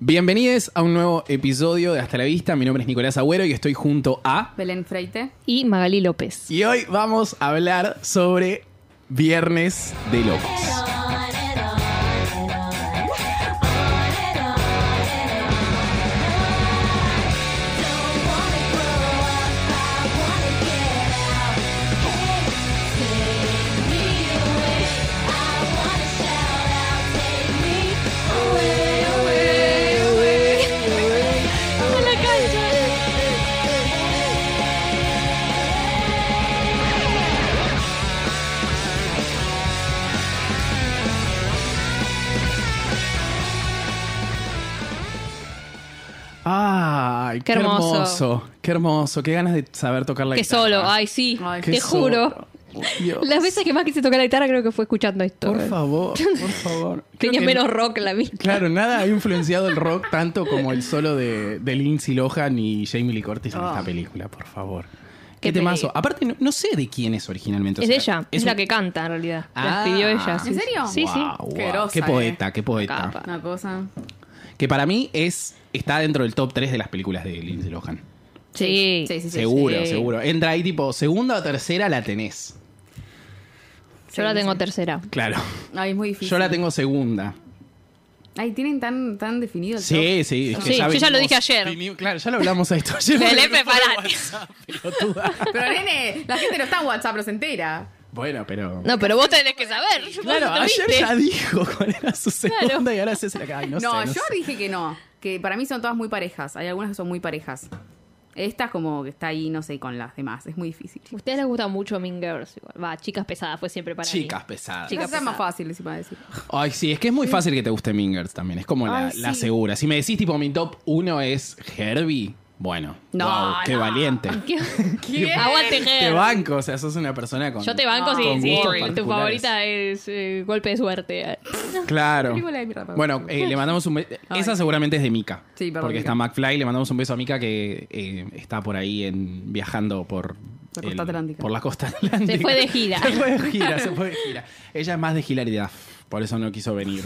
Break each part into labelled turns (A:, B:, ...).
A: Bienvenidos a un nuevo episodio de Hasta la Vista. Mi nombre es Nicolás Agüero y estoy junto a.
B: Belén Freite.
C: y Magali López.
A: Y hoy vamos a hablar sobre Viernes de Locos. ¡Ay, qué,
C: Qué hermoso.
A: hermoso! ¡Qué hermoso! ¡Qué ganas de saber tocar la
C: Que
A: guitarra!
C: solo, ay sí,
B: Ay,
A: Qué
C: te juro.
A: solo. Oh, Dios.
C: Las veces que más quise tocar la guitarra creo que fue escuchando esto.
A: Por favor, por favor. Creo
C: Tenía
A: que-
C: menos rock la mía.
A: Claro, nada ha influenciado el rock tanto como el solo de, de Lindsay Lohan y Jamie Lee Curtis en
B: Oh.
A: esta película, por favor. Qué,
C: Ah. Qué
A: temazo.
C: peli.
A: Aparte, no, no sé de quién es originalmente. o
C: Es
A: sea,
C: ella, es,
A: un-
C: la que canta en realidad.
A: Ah.
C: la escribió ella. sí,
B: ¿En
C: sí.
B: serio?
C: Sí, sí.
A: Guau, guau.
B: Qué
A: Qué,
B: grosa,
A: poeta, qué poeta.
C: Capa.
B: Una cosa.
A: Que para mí es está dentro del top 3 de las películas de Lindsay Lohan.
C: Sí.
A: seguro,
C: sí.
A: seguro. Entra ahí tipo segunda o tercera la tenés.
C: Yo la
B: Sí,
C: tengo
B: sí.
C: tercera.
A: Claro.
B: Ay, es muy difícil.
A: Yo la tengo segunda.
B: Ay, tienen tan, tan definido el
A: Sí, sí. es que
C: Sí, yo ya lo
A: venimos-
C: dije ayer.
A: vini- Claro, ya lo hablamos a esto ayer.
C: Belén,
A: en el grupo de
C: preparate.
A: WhatsApp, pelotuda.
B: top. Pero nene, la gente no está en WhatsApp, no se entera.
A: Bueno, pero...
C: No, pero vos tenés que saber.
A: Claro,
C: Vos lo
A: ayer
C: viste.
A: ya dijo cuál era su segunda
C: Claro.
A: y ahora se hace la cara. Ay, No,
B: No,
A: sé, no
B: yo
A: sé.
B: dije que no. Que para mí son todas muy parejas. Hay algunas que son muy parejas. Esta es como que está ahí, no sé, con las demás. Es muy difícil.
C: A Ustedes les gusta mucho Mean Girls. igual. Va, chicas pesadas fue siempre para mí.
A: Chicas pesadas.
C: Chicas
B: Esa es más
C: pesadas.
B: fácil, si para decir.
A: Ay, sí, es que es muy fácil que te guste Mingers también. Es como la,
B: Ay, sí.
A: la segura. Si me decís, tipo, mi top 1 es Herbie, bueno.
B: No,
A: guau, qué
B: no.
A: valiente.
C: ¿Qué?
B: ¿Quién?
C: Aguante,
A: Te
C: Ger.
A: banco, o sea, sos una persona con.
C: Yo te banco, sí,
A: con
C: sí.
A: gustos
C: Tu
A: particulares.
C: favorita es eh, Golpe de Suerte.
A: Claro.
B: Película de mi papá.
A: Bueno, eh, le mandamos un beso. Esa seguramente es de Mika.
B: Sí, perdón,
A: Porque
B: Mika.
A: está McFly. Le mandamos un beso a Mika que eh, está por ahí en, viajando por.
B: La costa atlántica.
A: Por la costa atlántica.
C: Se fue de gira.
A: Se fue de gira, se fue de gira. Ella es más de hilaridad. Por eso no quiso venir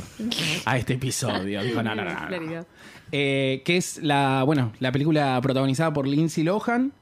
A: a este episodio. Dijo, no, no, no, no.
B: Hilaridad.
A: Eh, que es la, bueno, la película protagonizada por Lindsay Lohan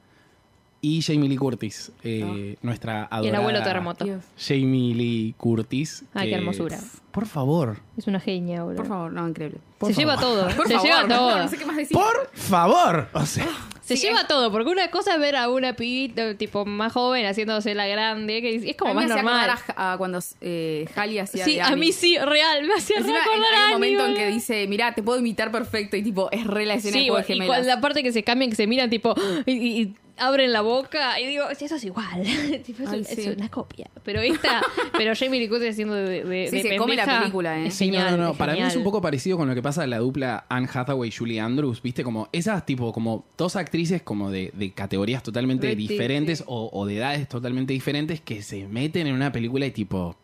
A: y Jamie Lee Curtis. eh, Nuestra adorada.
C: Ah. Y el abuelo terremoto.
B: Dios.
A: Jamie Lee Curtis.
C: Ay, qué
A: que-
C: hermosura.
A: Por favor.
C: Es una genia, boludo.
B: Por favor, no, increíble.
A: por
C: se lleva
A: favor.
C: todo.
B: Por
C: se
B: favor,
C: lleva
B: no,
C: todo.
B: no sé qué más decir.
A: Por favor. O sea,
C: Se
B: Sí,
C: lleva
B: es-
C: todo, porque una cosa es ver a una pibita tipo más joven haciéndose la grande, que es- es como
B: a mí
C: más
B: me hacía
C: normal.
B: acordar A, a cuando eh, Halley hacía.
C: Sí,
B: de
C: a
B: Annie.
C: mí sí, real, me hacía
B: Encima,
C: recordar
B: en- hay
C: a Annie,
B: un momento en
C: boludo.
B: que dice, mirá, te puedo imitar perfecto. Y tipo, es re la escena
C: Sí,
B: de Juego de
C: y
B: Gemelas.
C: con la parte que se cambian, que se miran tipo y, y- y abren la boca y digo, "Sí, eso es igual, Tipo, es,
B: Ay,
C: un-
B: sí.
C: es una copia. Pero esta, pero Jamie Lee Curtis haciendo de, de,
B: Sí,
C: de
B: se come la
C: pendeja,
B: película, ¿eh?
C: es
A: sí, no,
C: genial,
A: no, no. Para mí es un
C: genial.
A: poco parecido con lo que pasa en la dupla Anne Hathaway y Julie Andrews. Viste, como esas, tipo, como dos actrices como de, de categorías totalmente
B: Betty,
A: diferentes
B: sí.
A: o, o de edades totalmente diferentes que se meten en una película y, tipo,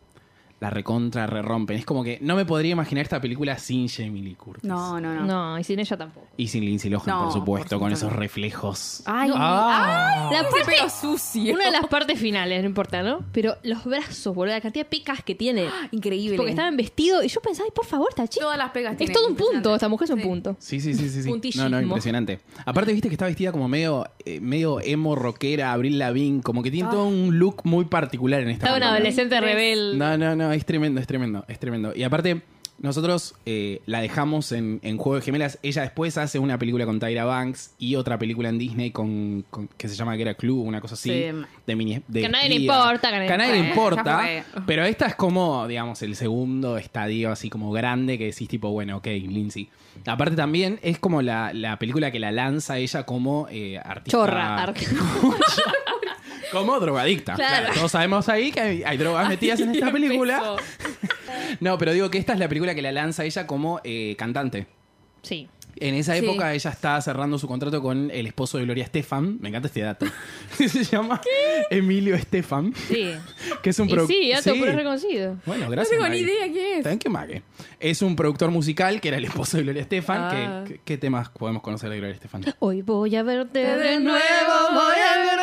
A: la recontra, rerompen. Es como que no me podría imaginar esta película sin Jamie Lee Curtis.
B: No, no, no.
C: No, y sin ella tampoco.
A: Y sin Lindsay Lohan,
B: No,
A: por supuesto,
B: por
A: con
B: supuesto.
A: esos reflejos.
B: Ay,
A: Ah.
C: La
B: Ese
C: parte-
B: pelo sucio.
C: una de las partes finales, no importa, ¿no? Pero los brazos, boludo, la cantidad de picas que tiene.
B: Increíble.
C: Porque estaba en vestido y yo pensaba, ay, por favor, esta chica.
B: Todas las pegas
C: Es
B: tiene,
C: todo un
B: impresionante.
C: punto, esta mujer es un
B: Sí.
C: punto.
A: Sí, sí, sí, sí. sí. No,
C: Puntillismo.
A: no, impresionante. Aparte, viste que está vestida como medio, eh, medio emo rockera, Abril Lavigne, como que tiene todo un look muy particular en esta
C: Ah. Estaba una
A: película.
C: adolescente rebelde.
A: No, no, no, es tremendo, es tremendo, es tremendo. Y aparte, nosotros eh, la dejamos en, en Juego de Gemelas. Ella después hace una película con Tyra Banks y otra película en Disney con, con- que se llama que era Club, una cosa así.
B: Sí.
A: De mini, de
C: Que a nadie le
A: espía.
C: importa, que a nadie
A: Que a nadie le
C: le
A: importa.
B: Ya fue.
A: Pero esta es como, digamos, el segundo estadio así como grande que decís tipo, bueno, ok, Lindsay. Aparte también es como la, la película que la lanza ella como eh, artista.
C: Chorra. ar-
A: Como drogadicta.
C: Claro.
A: claro. Todos sabemos ahí que hay, hay drogas metidas en esta película. No, pero digo que esta es la película que la lanza ella como eh, cantante.
C: Sí.
A: En esa
C: Sí.
A: época ella está cerrando su contrato con el esposo de Gloria Estefan. Me encanta este dato. Se llama Emilio Estefan,
C: Sí.
A: que es un
C: Y
A: produ-
C: sí, dato
A: Sí.
C: pero es reconocido.
A: Bueno,
B: No
A: gracias.
B: tengo ni
A: Maggie.
B: idea qué es.
A: Thank you, Mague. Es un productor musical que era el esposo de Gloria Estefan.
C: Ah.
A: que- que- ¿Qué temas podemos conocer de Gloria Estefan?
C: Hoy voy a verte de
B: de
C: nuevo,
B: nuevo,
C: voy a ver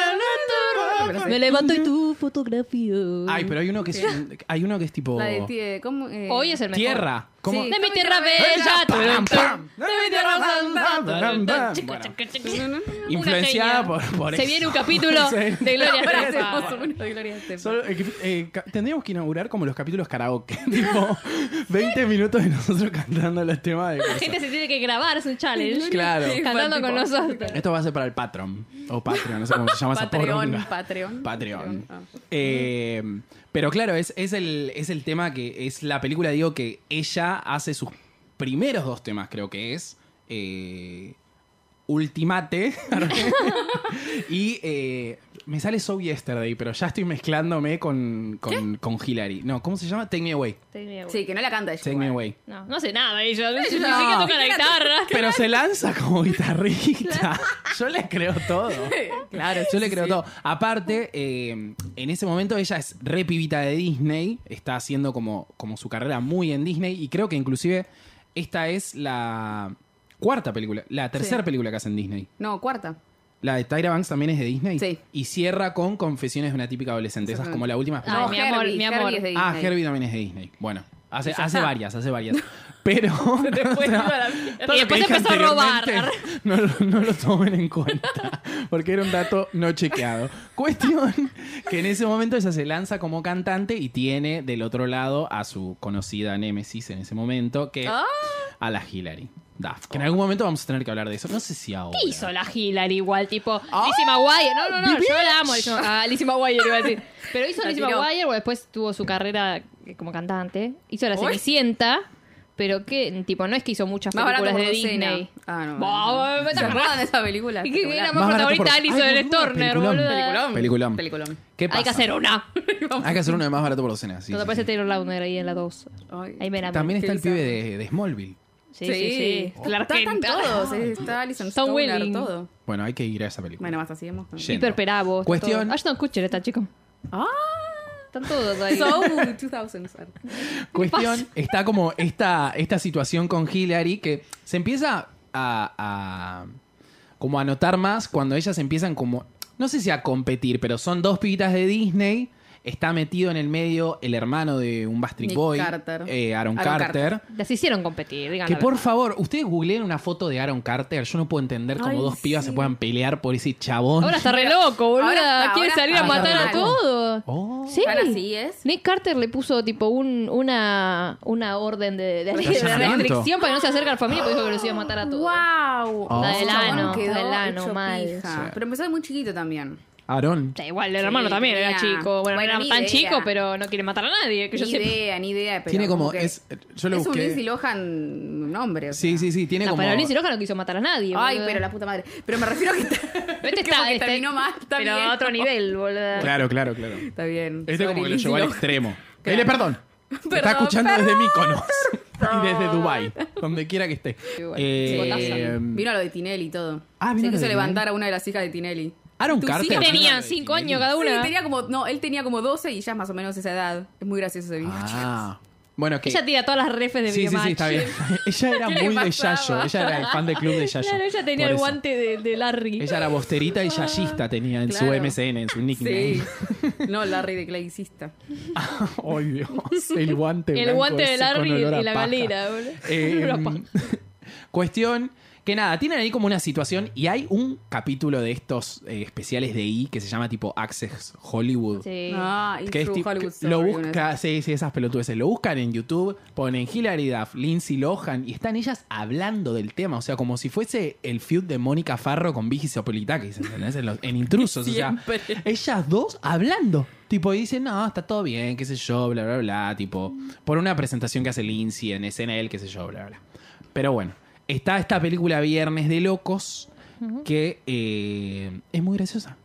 A: Ah, pero
C: a
A: sí.
C: Me levanto y tu fotografía.
A: Ay, pero hay uno que es, un- hay uno que es tipo
B: La de tie- ¿cómo, eh?
C: Hoy es el mejor.
A: tierra. ¿Cómo?
B: Sí.
C: De mi tierra bella.
A: Pam, pam.
C: De mi tierra santa. Chica,
A: Bueno.
C: chica, chica. Una
A: Influenciada
C: genia.
A: por, por
C: Se
A: eso.
C: viene un capítulo
A: Sí.
C: de Gloria
B: Ahora
C: Estefan.
B: hacemos uno de Gloria Estefan.
A: Solo, eh, eh, ca- tendríamos que inaugurar como los capítulos karaoke. tipo, 20 minutos de nosotros cantando los temas de.
C: La gente se tiene que grabar, es un challenge.
A: Claro.
C: Cantando
B: Tipo,
C: con nosotros.
A: Esto va a ser para el Patron. O Patreon, no sé cómo se llama esa
B: Patreon,
A: poronga.
B: Patreon.
A: Patreon.
B: Patreon, ah.
A: Eh, pero claro, es, es, el, es el tema que es la película, digo, que ella hace sus primeros dos temas, creo que es. eh, Ultimate. y eh, me sale So Yesterday, pero ya estoy mezclándome con, con, con Hillary. No, ¿cómo se llama? Take Me Away.
B: Sí, que no la canta ella.
A: Take Me
B: igual.
A: Away.
C: No, no sé nada ella. Ni
B: Ella.
C: siquiera toca la guitarra.
A: Pero se lanza como guitarrista. Yo le creo todo.
B: Claro,
A: Yo le creo
B: sí.
A: todo. Aparte, eh, en ese momento ella es re pibita de Disney, está haciendo como, como su carrera muy en Disney y creo que inclusive esta es la cuarta película, la tercera
B: Sí.
A: película que hace en Disney.
B: No, cuarta.
A: La de Tyra Banks también es de Disney.
B: Sí.
A: Y cierra con Confesiones de una típica adolescente. Esa es como la última.
C: Ay,
B: no,
C: mi
B: Herbie,
C: amor, mi
B: Herbie
C: amor.
B: es de Disney.
A: ah, Herbie también es de Disney. Bueno, hace,
B: Y ya
A: hace
B: está.
A: varias, hace varias. Pero...
B: Después iba a la mierda.
A: Todo lo que
C: después
A: dije
C: empezó a robar.
A: anteriormente, No, lo- no lo tomen en cuenta, porque era un dato no chequeado. Cuestión que en ese momento ella se lanza como cantante y tiene del otro lado a su conocida némesis en ese momento, que
B: Ah.
A: a la Hillary Duff. Que en algún momento vamos a tener que hablar de eso. No sé si ahora.
C: ¿Qué hizo la Hillary igual? Tipo, Lizzie McGuire. No, no, no, yo la amo. Lizzie- Ah, Lizzie McGuire iba a decir. Pero hizo
B: La
C: Lizzie
B: tiró.
C: McGuire, o después tuvo su carrera eh, como cantante. Hizo La
B: Uy.
C: Cenicienta. Pero que, tipo, no es que hizo muchas
B: Más barato
C: películas
B: por
C: de
B: docena.
C: Disney.
B: Ah, no.
C: Bah, bah, bah,
B: ¿Se
C: bah.
B: acuerdan de esa película?
C: Y que era
B: Espectacular.
C: más
A: Más barato
C: favorita
A: por-
C: Alison
A: Ay,
C: en
A: boluda,
C: Turner,
A: peliculón.
C: boluda.
B: Peliculón.
A: Peliculón.
B: Peliculón.
A: ¿Qué pasa?
C: Hay que hacer una.
A: Hay que hacer uno de más barato por docena. sí,
C: No te
A: sí,
C: parece
A: sí.
C: Taylor Lautner ahí en la 2.
B: Ay.
C: Ahí me enamoré.
A: También está el
B: Pensaba.
A: pibe de, de Smallville.
C: Sí, sí, sí. Clark
B: Está- están
C: Kent.
B: todos. eh, Está Alison
C: Tom Welling.
B: Stoner, todo.
A: Bueno, hay que ir a esa película.
B: Bueno, basta, seguimos. con-
A: Yendo.
C: Hiper perabo. está
A: Cuestión-
C: todo. Ashton Kutcher está, chico.
B: Ah,
C: Están todos ahí.
B: so 2000s.
A: Cuestión, está como esta, esta situación con Hillary que se empieza a, a- como a notar más cuando ellas empiezan como, no sé si a competir, pero son dos pibitas de Disney, está metido en el medio el hermano de un Bastard
B: Nick
A: Boy,
B: Carter.
A: eh, Aaron,
B: Aaron
A: Carter.
C: Las hicieron competir, digan
A: Que
C: la
A: por
C: verdad.
A: favor, ustedes googleen una foto de Aaron Carter. Yo no puedo entender cómo
B: Ay,
A: dos pibas
B: sí.
A: se puedan pelear por ese chabón.
C: Ahora está re loco, boluda.
B: Ahora está,
C: Quiere
B: ahora
C: salir a
A: está.
C: matar
A: Ahora
C: a
A: está.
C: todos.
A: Oh.
C: Sí.
B: Ahora sí es.
C: Nick Carter le puso tipo un, una, una orden de, de- de
A: Allanamiento.
C: restricción para que no se acerque a la familia porque dijo que los iba a matar a todos.
B: ¡Wow!
A: Oh. Está del ano,
C: está del ano, mal.
A: Sí.
B: Pero empezó de muy chiquito también.
A: Aaron.
C: O sea, igual el
B: Sí,
C: hermano también era
B: tenía-
C: chico. Bueno, no
B: Bueno,
C: era
B: ni
C: tan
B: idea.
C: chico, pero no quiere matar a nadie. Que yo
B: ni
C: sepa.
B: idea, ni idea. Pero
A: Tiene como...
B: que-
A: Es, yo lo
B: es un
A: busqué.
B: Lindsay Lohan nombre. o sea.
A: Sí, sí, sí. Tiene
C: No,
A: como...
C: pero Lindsay Lohan no quiso matar a nadie.
B: Ay,
C: boluda.
B: pero la puta madre. Pero me refiero a que.
C: Pero
B: Este
C: este está, este-
B: terminó mal. Está
C: pero
B: bien.
C: a otro nivel, boluda.
A: Claro, claro, claro.
B: Está bien.
A: Este
B: Sorry,
A: como que lo
B: Lindsay
A: llevó al
B: Lohan.
A: extremo.
B: Claro.
A: Dile perdón. Te está
B: Perdón,
A: escuchando desde
B: perdón,
A: Míconos y desde Dubai, donde quiera que esté.
B: Sí,
A: Eh,
B: botazo. vino a lo de Tinelli y todo.
A: Ah, vino
B: Se
A: lo
B: quiso
A: de
B: levantar a una de las hijas de Tinelli.
A: Aaron
B: Tus
A: Carter.
B: hijas
A: ¿no?
C: Tenían cinco años cada
B: Sí,
C: una.
B: tenía como, no, él tenía como 12 y ya es más o menos esa edad. Es muy gracioso ese video.
A: Ah. Bueno, que.
C: Ella tira todas las refes de
A: Sí, sí, sí,
C: Videomatch.
A: está bien. Ella era
B: ¿Qué le
A: muy de
B: pasaba?
A: Yayo. Ella era el fan del club de Yayo.
C: Claro, ella tenía
A: Por
C: el Ah,
A: eso.
C: guante de, de Larry.
A: Ella era bosterita y yayista tenía en su
B: Claro.
A: MSN, en su
B: Sí.
A: nickname.
B: No, Larry de Claycista.
A: Oh, Dios. El guante
C: El
A: blanco
C: guante de
A: ese
C: Larry
A: con olor a
C: y la
A: paja.
C: galera, boludo.
A: Eh,
C: Olor a paja.
A: cuestión que nada, tienen ahí como una situación y hay un capítulo de estos eh, especiales de I que se llama tipo Access Hollywood.
C: Sí.
B: Ah, y
A: Que es
B: True
A: tipo-
B: Hollywood
A: lo
B: Story, una
A: busca, sí, sí, esas pelotudeces. Lo buscan en YouTube, ponen Hilary Duff, Lindsay Lohan y están ellas hablando del tema. O sea, como si fuese el feud de Mónica Farro con Vicky Sopolitakis, ¿entendés? En, los- en intrusos. o sea,
B: Siempre.
A: ellas dos hablando. Tipo, y dicen, no, está todo bien, qué sé yo, bla, bla, bla. Tipo, por una presentación que hace Lindsay en escena él, qué sé yo, bla, bla. Pero bueno, está esta película Viernes de Locos que eh, es muy graciosa.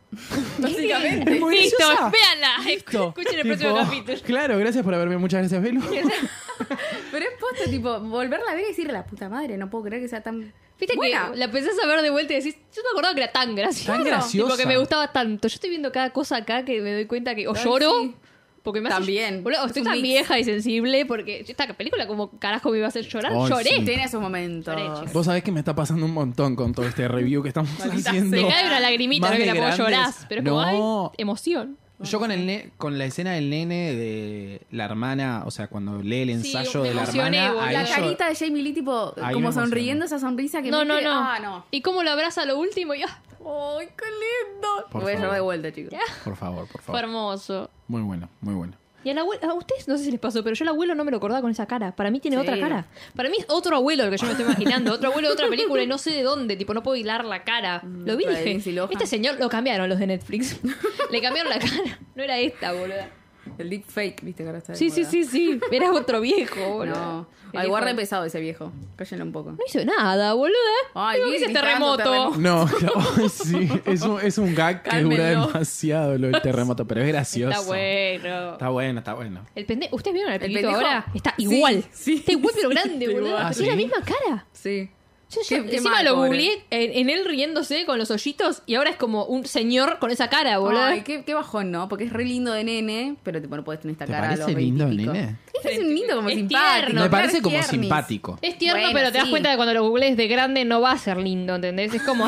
B: Básicamente.
A: Es muy
C: Listo,
A: graciosa.
C: véanla. Escuchen el
A: Tipo,
C: próximo capítulo.
A: Claro, gracias por haberme. Muchas gracias, Belu.
B: Pero es posta, tipo, volverla a ver y decir la puta madre, no puedo creer que sea tan.
C: Viste
B: buena".
C: que la empezás a ver de vuelta y decís, yo no me acordaba que era tan graciosa.
A: Tan graciosa.
C: Tipo, que me gustaba tanto. Yo estoy viendo cada cosa acá que me doy cuenta que o
B: Ay,
C: lloro.
B: sí.
C: Porque me hace-
B: También.
C: Boludo,
B: Es
C: estoy
B: un
C: tan
B: mix.
C: vieja y sensible porque esta película como carajo me iba a hacer llorar.
A: Ay,
C: Lloré.
A: sí.
B: Tiene esos momentos.
C: Lloré, chicos.
A: Vos sabés que me está pasando un montón con todo este review que estamos
B: Maldita
A: haciendo.
B: sea.
C: Te cae una lagrimita,
A: Más
C: no que
A: de
C: tampoco
A: grandes.
C: llorás. Pero es como,
A: No.
C: ay, emoción.
A: Yo con el ne- con la escena del nene de la hermana, o sea, cuando lee el
C: Sí,
A: ensayo
C: me
A: de la
C: emocioné,
A: hermana,
C: boludo.
A: ahí
B: La
A: yo-
B: carita de Jamie Lee, tipo,
A: Ahí me
B: como
A: emociono.
B: sonriendo esa sonrisa que
C: No, no,
B: mete.
C: no.
B: Ah, no.
C: Y cómo lo abraza a lo último y ah,
B: ¡Ay, qué lindo!
A: Por
B: Voy a llorar
A: favor.
B: de vuelta, chicos.
A: Por favor, por
C: fue
A: favor.
C: hermoso.
A: Muy bueno, muy bueno.
C: Y al abuelo, a ustedes no sé si les pasó, pero yo al abuelo no me lo acordaba con esa cara. Para mí tiene
B: Sí.
C: otra cara. Para mí es otro abuelo el que yo me estoy imaginando. otro abuelo de otra película y no sé de dónde. Tipo, no puedo hilar la cara. Lo vi y
B: la de
C: dije,
B: Mm, Lindsay Lohan.
C: este señor lo cambiaron los de Netflix. Le cambiaron la cara. No era esta, boluda.
B: El deep fake, viste que ahora está de
C: Sí, sí,
B: moda.
C: sí, sí. Era otro viejo, boludo.
B: No. Ay, guarda pesado ese viejo. Cállenlo un poco.
C: No hizo nada, boluda.
B: Ay,
C: Digo, ¿qué es
B: vi
C: este
B: gritando,
C: terremoto?
B: terremoto.
A: No, claro, sí, es un, es un gag que dura
B: Cálmenlo.
A: demasiado lo del terremoto, pero es gracioso.
C: Está bueno.
A: Está bueno, está bueno.
C: El pendejo. ¿Ustedes vieron al
B: ¿El
C: pendejo
B: pendejo?
C: ahora? Está
B: Sí,
C: igual.
B: sí,
C: está igual, pero
B: sí,
C: grande,
B: está
C: boludo.
B: igual.
C: Pero Tiene
A: ¿Ah,
C: la
A: sí?
C: misma cara.
B: Sí.
C: Yo,
B: Qué-
C: yo-
B: qué
C: encima
B: mal,
C: lo
B: pobre.
C: googleé en, en él riéndose con los hoyitos y ahora es como un señor con esa cara, boludo.
B: Ay, qué, qué bajón, ¿no? Porque es re lindo de nene, pero tipo, no podés tener esta
A: ¿Te
B: cara. a los
A: parece
B: 20 y
A: lindo,
B: pico.
A: nene?
B: Este Es un lindo como
C: Es
B: simpático.
C: tierno. No,
A: Me
B: claro,
A: parece
B: es
A: como
B: tiernis.
A: simpático.
C: Es tierno,
B: Bueno,
C: pero te das
B: sí.
C: cuenta de cuando lo googlees de grande no va a ser lindo, ¿entendés? Es como.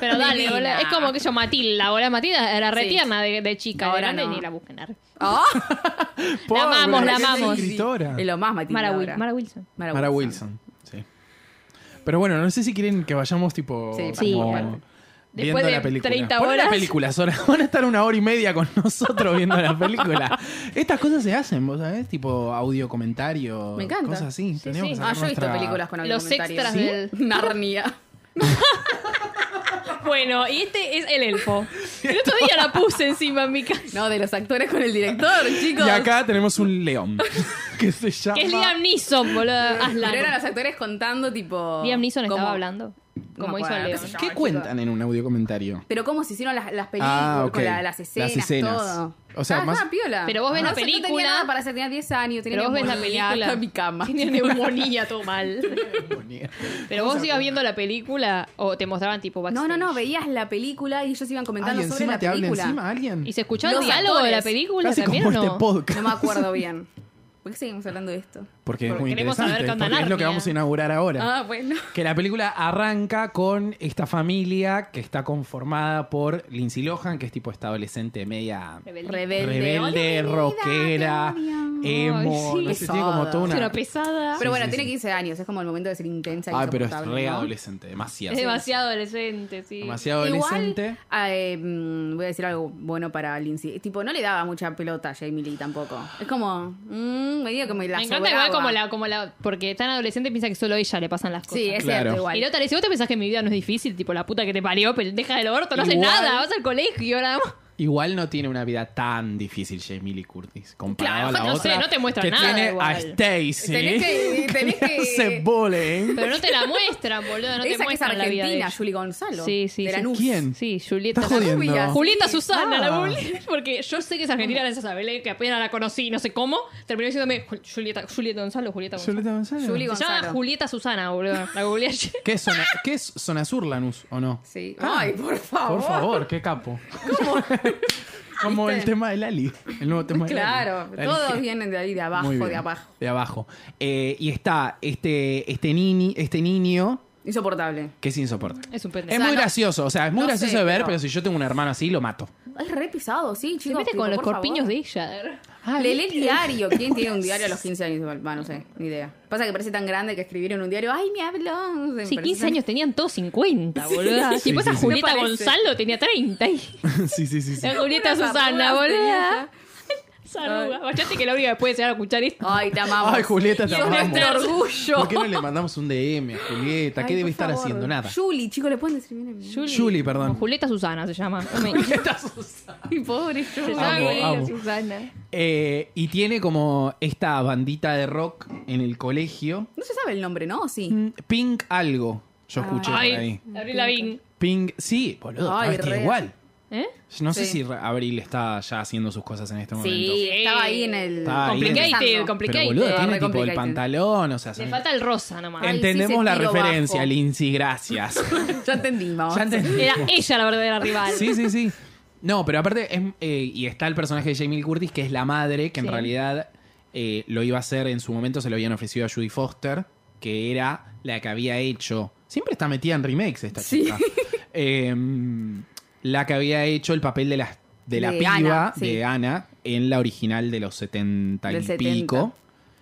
C: Pero dale,
B: Divina.
C: boludo. Es como que yo, Matilda, ahora Matilda era re
B: Sí.
C: tierna de, de chica.
B: Ahora
C: de grande
B: no.
C: ni la busquen. ar.
B: Ah,
A: Pobre,
C: amamos, la
A: es
C: amamos.
A: escritora.
B: Es lo más Matilda.
C: Mara, Wil-
B: ahora.
C: Mara Wilson.
B: Mara
A: Mara Wilson, sí. Pero bueno, no sé si quieren que vayamos tipo
B: Sí,
C: Sí,
A: como
C: aparte.
A: viendo
C: Después de
A: la película.
C: 30
A: Poné la
C: horas.
A: película, Sora. Van a estar una hora y media con nosotros viendo la película. Estas cosas se hacen, ¿vos sabés? Tipo audio comentario,
B: Me encanta.
A: cosas así. Tenemos
C: sí.
A: que
B: Ah, yo
A: sacar
B: he visto
A: nuestra-
B: películas con
C: Los extras
B: de
C: del.
B: Narnia.
C: Bueno, y este es el elfo. El otro día la puse encima en mi casa.
B: No, de los actores con el director, chicos.
A: Y acá tenemos un león que se llama
C: Que es Liam Neeson, boludo. Aslan.
B: Pero eran los actores contando, tipo.
C: Liam Neeson
B: cómo-
C: estaba hablando.
B: No
C: Como
B: me
C: hizo
B: acuerdo,
C: León.
B: qué sé yo.
A: ¿Qué cuentan en un audio comentario?
B: Pero cómo se hicieron las, las películas,
A: Ah, ok.
B: con la- las, escenas,
A: Las escenas.
B: todo.
A: O sea,
B: Estaba-
A: más-
B: estaba piola.
C: Pero vos ves la
B: o sea, No tenía
C: película-
B: nada para hacer, tenía 10 años, tenía
C: Pero vos ves la
B: neumonía,
C: película.
B: estaba en mi cama.
C: Tenía neumonía, todo mal. Pero vos ibas viendo la película o te mostraban tipo
B: No,
C: backstage.
B: no, no, veías la película y ellos iban comentando
A: Ay,
B: sobre
A: encima
B: la
A: te habla
B: película.
A: encima alguien.
C: ¿Y se escuchaba
B: Los
C: el diálogo de la
B: actores.
C: película
A: Casi
C: también
A: como
C: o
A: este
C: no?
A: podcast.
B: No me acuerdo bien. ¿Por qué seguimos hablando de esto?
A: Porque es
C: Porque
A: muy
C: queremos saber
A: interesante.
C: qué onda
A: porque es lo que
C: Narnia.
A: vamos a inaugurar ahora.
B: Ah, bueno.
A: Que la película arranca con esta familia que está conformada por Lindsay Lohan, que es tipo esta adolescente media
B: Rebelde.
A: rebelde,
B: Hola, mi vida,
A: rockera,
B: te odio.
A: emo,
C: Ay, sí.
A: no sé, tiene como
B: Pesada.
A: toda
C: Es una
A: una...
C: pesada.
B: Pero
A: Sí,
B: bueno,
A: sí,
B: tiene
A: sí.
B: 15 años, es como el momento de ser intensa y
A: Ay, Ah, pero es
B: insoportable,
A: re
B: ¿no?
A: adolescente, demasiado.
C: es demasiado adolescente, sí.
A: Demasiado
B: Igual,
A: adolescente.
B: eh, mm, voy a decir algo bueno para Lindsay. Tipo, no le daba mucha pelota a Jamie Lee tampoco. Es como, mm, medio como la
C: Me encanta
B: sobraba.
C: igual como la, como la. Porque tan adolescente piensa que solo a ella le pasan las cosas.
B: Sí, es
A: Claro.
B: cierto,
C: Y la
B: igual.
C: otra le dice, vos te pensás que mi vida no es difícil, tipo la puta que te parió, pero deja del orto, no haces
A: Igual.
C: nada, vas al colegio, nada más.
A: Igual no tiene una vida tan difícil Jamie Lee Curtis comparado
C: Claro,
A: a la
C: no sé,
A: otra
C: no te muestra
A: que
C: nada
A: tiene
C: igual.
A: a Stacy
B: Tenés que- tenés que-
A: se bullying.
C: Pero no te la muestran, boludo, no te
B: Esa que es
C: muestran la vida de
B: argentina,
C: ella.
B: Julie Gonzalo.
C: Sí, sí,
B: de
C: sí.
B: Lanús.
A: ¿Quién?
C: Sí, Julieta.
A: Estás jodiendo.
B: rubia, sí.
C: Julieta Susana,
A: Ah.
C: la bully. Porque yo sé que es argentina, la Isabel, que apenas la conocí, no sé cómo. Terminó diciéndome "Ju- Julieta, Julieta Gonzalo, Julieta Gonzalo.
A: Julieta Gonzalo.
B: Julie
C: Se llama
B: Gonzalo.
C: Julieta Susana, boludo. La googleé ayer.
A: ¿Qué es, zona, ¿Qué es zona sur, Lanús, o no?
B: Sí.
A: Ah,
B: Ay, por favor.
A: Por favor, qué capo. Como el
B: ¿Viste?
A: tema de Lali. El nuevo tema de Lali.
B: Claro,
A: Lali.
B: todos vienen de ahí, de abajo,
A: Muy bien.
B: de abajo.
A: De abajo. Eh, y está este, este, nini, este niño
B: Insoportable.
A: que es insoportable.
C: Es un
A: Es Ah,
C: pendejo.
B: sea,
A: muy
B: no-
A: gracioso, o sea, es muy
B: no
A: gracioso
B: sé,
A: de ver,
B: pero-
A: pero si yo tengo un hermano así, lo mato.
B: Es re pesado, sí,
C: Se
B: chicos.
C: mete con los corpiños de ella.
B: Le lee el diario. ¿Quién tiene un diario a los 15 años? Bueno, no sé, ni idea. Pasa que parece tan grande que escribir en un diario, ay, me habló. No sé,
C: Sí,
B: parece
C: 15
B: tan-
C: años tenían todos 50, boludo.
A: Sí,
C: tipo
A: sí,
C: esa
A: sí.
C: Julieta
B: No parece.
C: Gonzalo tenía 30. y-
A: sí, sí, sí. sí.
C: La Julieta
B: Unas
C: Susana,
B: arrugas
C: boludo.
B: tenía.
C: Saluda. Bastante que la única que puede llegar a escuchar esto.
B: Ay, te amamos.
A: Ay, Julieta, te
B: Sos
A: amamos.
B: nuestro orgullo.
A: ¿Por qué no le mandamos un DM a Julieta? ¿Qué
B: Ay,
A: debe
B: por
A: estar
B: favor.
A: haciendo? Nada.
B: Julie, chicos, le pueden decir bien a mí.
C: Julie.
A: Julie, perdón.
C: O Julieta Susana se llama.
B: Ay, pobre Julie.
A: Amo,
B: Ay,
A: amo.
C: Susana.
A: Eh, y tiene como esta bandita de rock en el colegio.
B: No se sabe el nombre, ¿no? ¿O Sí.
A: Mm, Pink algo. Yo escuché por ahí.
C: Ay, Abril Lavín.
A: Pink. Sí, boludo.
B: Ay,
A: está vestida
B: re.
A: igual.
C: ¿Eh?
A: No sé
B: Sí.
A: si Ra- Abril está ya haciendo sus cosas en este momento.
B: Sí, estaba ahí en el.
A: Estaba Ah, ahí en el-
C: Complicated,
B: Empezando.
A: Pero
C: complicated.
A: boludo, tiene
B: re
A: tipo el
B: complicated.
A: pantalón, o sea, se
C: Le
A: me-
C: falta el rosa nomás.
B: Ay, sí,
A: entendemos
B: ese
A: la
B: tiro
A: referencia,
B: bajo.
A: Lindsay, gracias.
B: Ya entendimos.
A: ya entendí.
C: Era ella la verdadera rival.
A: Sí, sí, sí. No, pero aparte, es, eh, y está el personaje de Jamie Lee Curtis, que es la madre, que en
C: Sí.
A: realidad eh, lo iba a hacer en su momento, se lo habían ofrecido a Judy Foster, que era la que había hecho. Siempre está metida en remakes esta
B: Sí.
A: chica. Eh, la que había hecho el papel de la, de la
B: De
A: piba
B: Ana, sí.
A: de Ana en la original de los 70
B: Del
A: y
B: 70.
A: pico.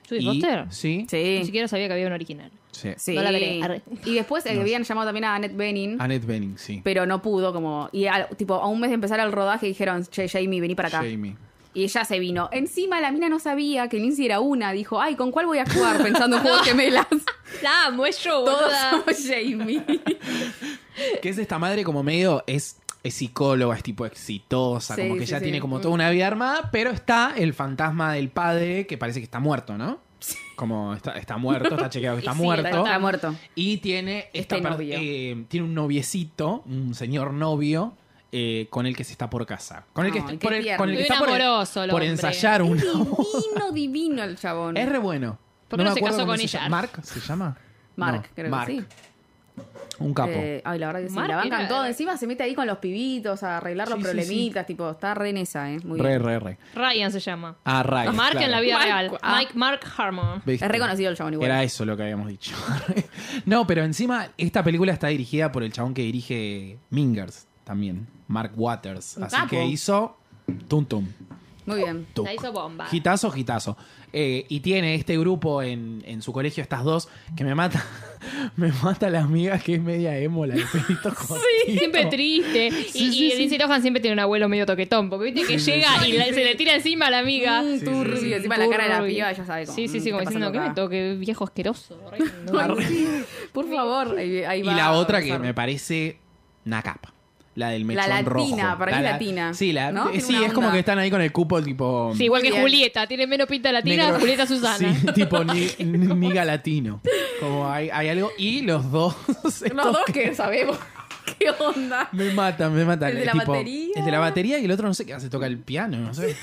C: Judy
A: Y-
C: Foster.
A: Sí.
C: Ni
B: Sí.
C: siquiera sabía que había un original.
A: sí.
B: sí.
C: No la veré, arre.
B: Y después eh, habían llamado también a Annette Bening,
A: Annette Bening, sí.
B: pero no pudo, como. Y al- tipo, a un mes de empezar el rodaje dijeron, che, Jamie, vení para acá.
A: Jamie.
B: Y ella se vino. Encima la mina no sabía que Lindsay era una. Dijo, ay, ¿con cuál voy a jugar? Pensando en juegos gemelas.
C: La amo, es yo,
B: Todos
C: boluda.
B: somos Jamie.
A: Que es esta madre como medio es, es psicóloga, es tipo exitosa,
B: Sí,
A: como
B: sí,
A: que
B: Mm.
A: ya
B: sí.
A: tiene como toda una vida armada, pero está el fantasma del padre que parece que está muerto, ¿no? Como está, está muerto, está chequeado que
C: Y
A: está
C: sí,
A: muerto.
B: Está muerto.
A: Y tiene esta
B: Este
A: per-
B: novio.
A: eh, tiene un noviecito, un señor novio. eh, con el que se está por casar. Con el que,
B: Ay,
A: está-
B: qué
A: por el-
B: tierno.
A: con el que
C: Bien
A: está por,
C: amoroso el
A: por
C: hombre.
A: ensayar un
B: Divino, divino el chabón.
A: Es re bueno.
C: ¿Por qué no
A: me
C: se
A: acuerdo
C: casó
A: cómo
C: con
A: se
C: ella?
A: llama. ¿Mark se llama?
B: Mark,
A: No,
B: creo que
A: Mark.
B: sí.
A: Un capo.
B: Eh, ay, la verdad que sí.
C: Mark
B: la bancan
C: era-
B: todo. Encima se mete ahí con los pibitos a arreglar los
A: Sí, sí,
B: problemitas. Tipo, está re en esa, ¿eh? Muy
A: re,
B: bien.
A: re, re.
C: Ryan se llama.
A: Ah, Ryan,
C: Mark
A: claro.
C: en la vida
B: Mark,
C: real.
B: ah.
C: Mike, Mark Harmon.
A: ¿Viste?
B: Es reconocido el chabón igual.
A: Era eso lo que habíamos dicho. no, pero encima, esta película está dirigida por el chabón que dirige Mingers también, Mark Waters.
B: Un
A: Así
B: capo.
A: que hizo Tum Tum.
B: Muy bien.
A: Tuk.
C: La hizo bomba.
A: Gitazo, gitazo. Eh, y tiene este grupo en, en su colegio, estas dos, que me mata. Me mata las amigas que es media emo, la de pelito cortito.
C: Siempre triste.
A: Sí,
C: y
A: sí,
C: y Lindsay Lohan siempre tiene un abuelo medio toquetón. Porque viste que llega y la- se le tira encima a la amiga.
B: Mm, turbio.
A: sí, sí.
B: Encima la cara de la
C: Turbio.
B: piba ya sabe cómo.
C: Sí, sí, sí,
B: mm,
C: como
B: está
C: diciendo, ¿qué me
B: pasando
C: toque? Viejo asqueroso. horrendo.
B: acá. Por favor. Ahí, ahí
A: Y
B: va
A: la
B: a
A: otra que
B: besar.
A: me parece una capa. La del mechón
B: latina,
A: rojo.
B: para mí
A: la-
B: latina,
A: Sí, la,
B: ¿no?
A: eh,
B: Tiene
A: sí
B: una
A: es como
B: onda.
A: que están ahí con el cupo tipo...
C: Sí, igual que
B: Bien.
C: Julieta. Tiene menos pinta latina,
A: Negro.
C: Julieta Susana.
A: Sí, tipo ni- ni- niga latino. Como hay, hay algo. Y los dos. estos
B: Los dos que sabemos. ¿Qué onda?
A: Me matan, me matan.
B: El de la batería.
A: El de la batería y el otro no sé qué hace, toca el piano, no sé.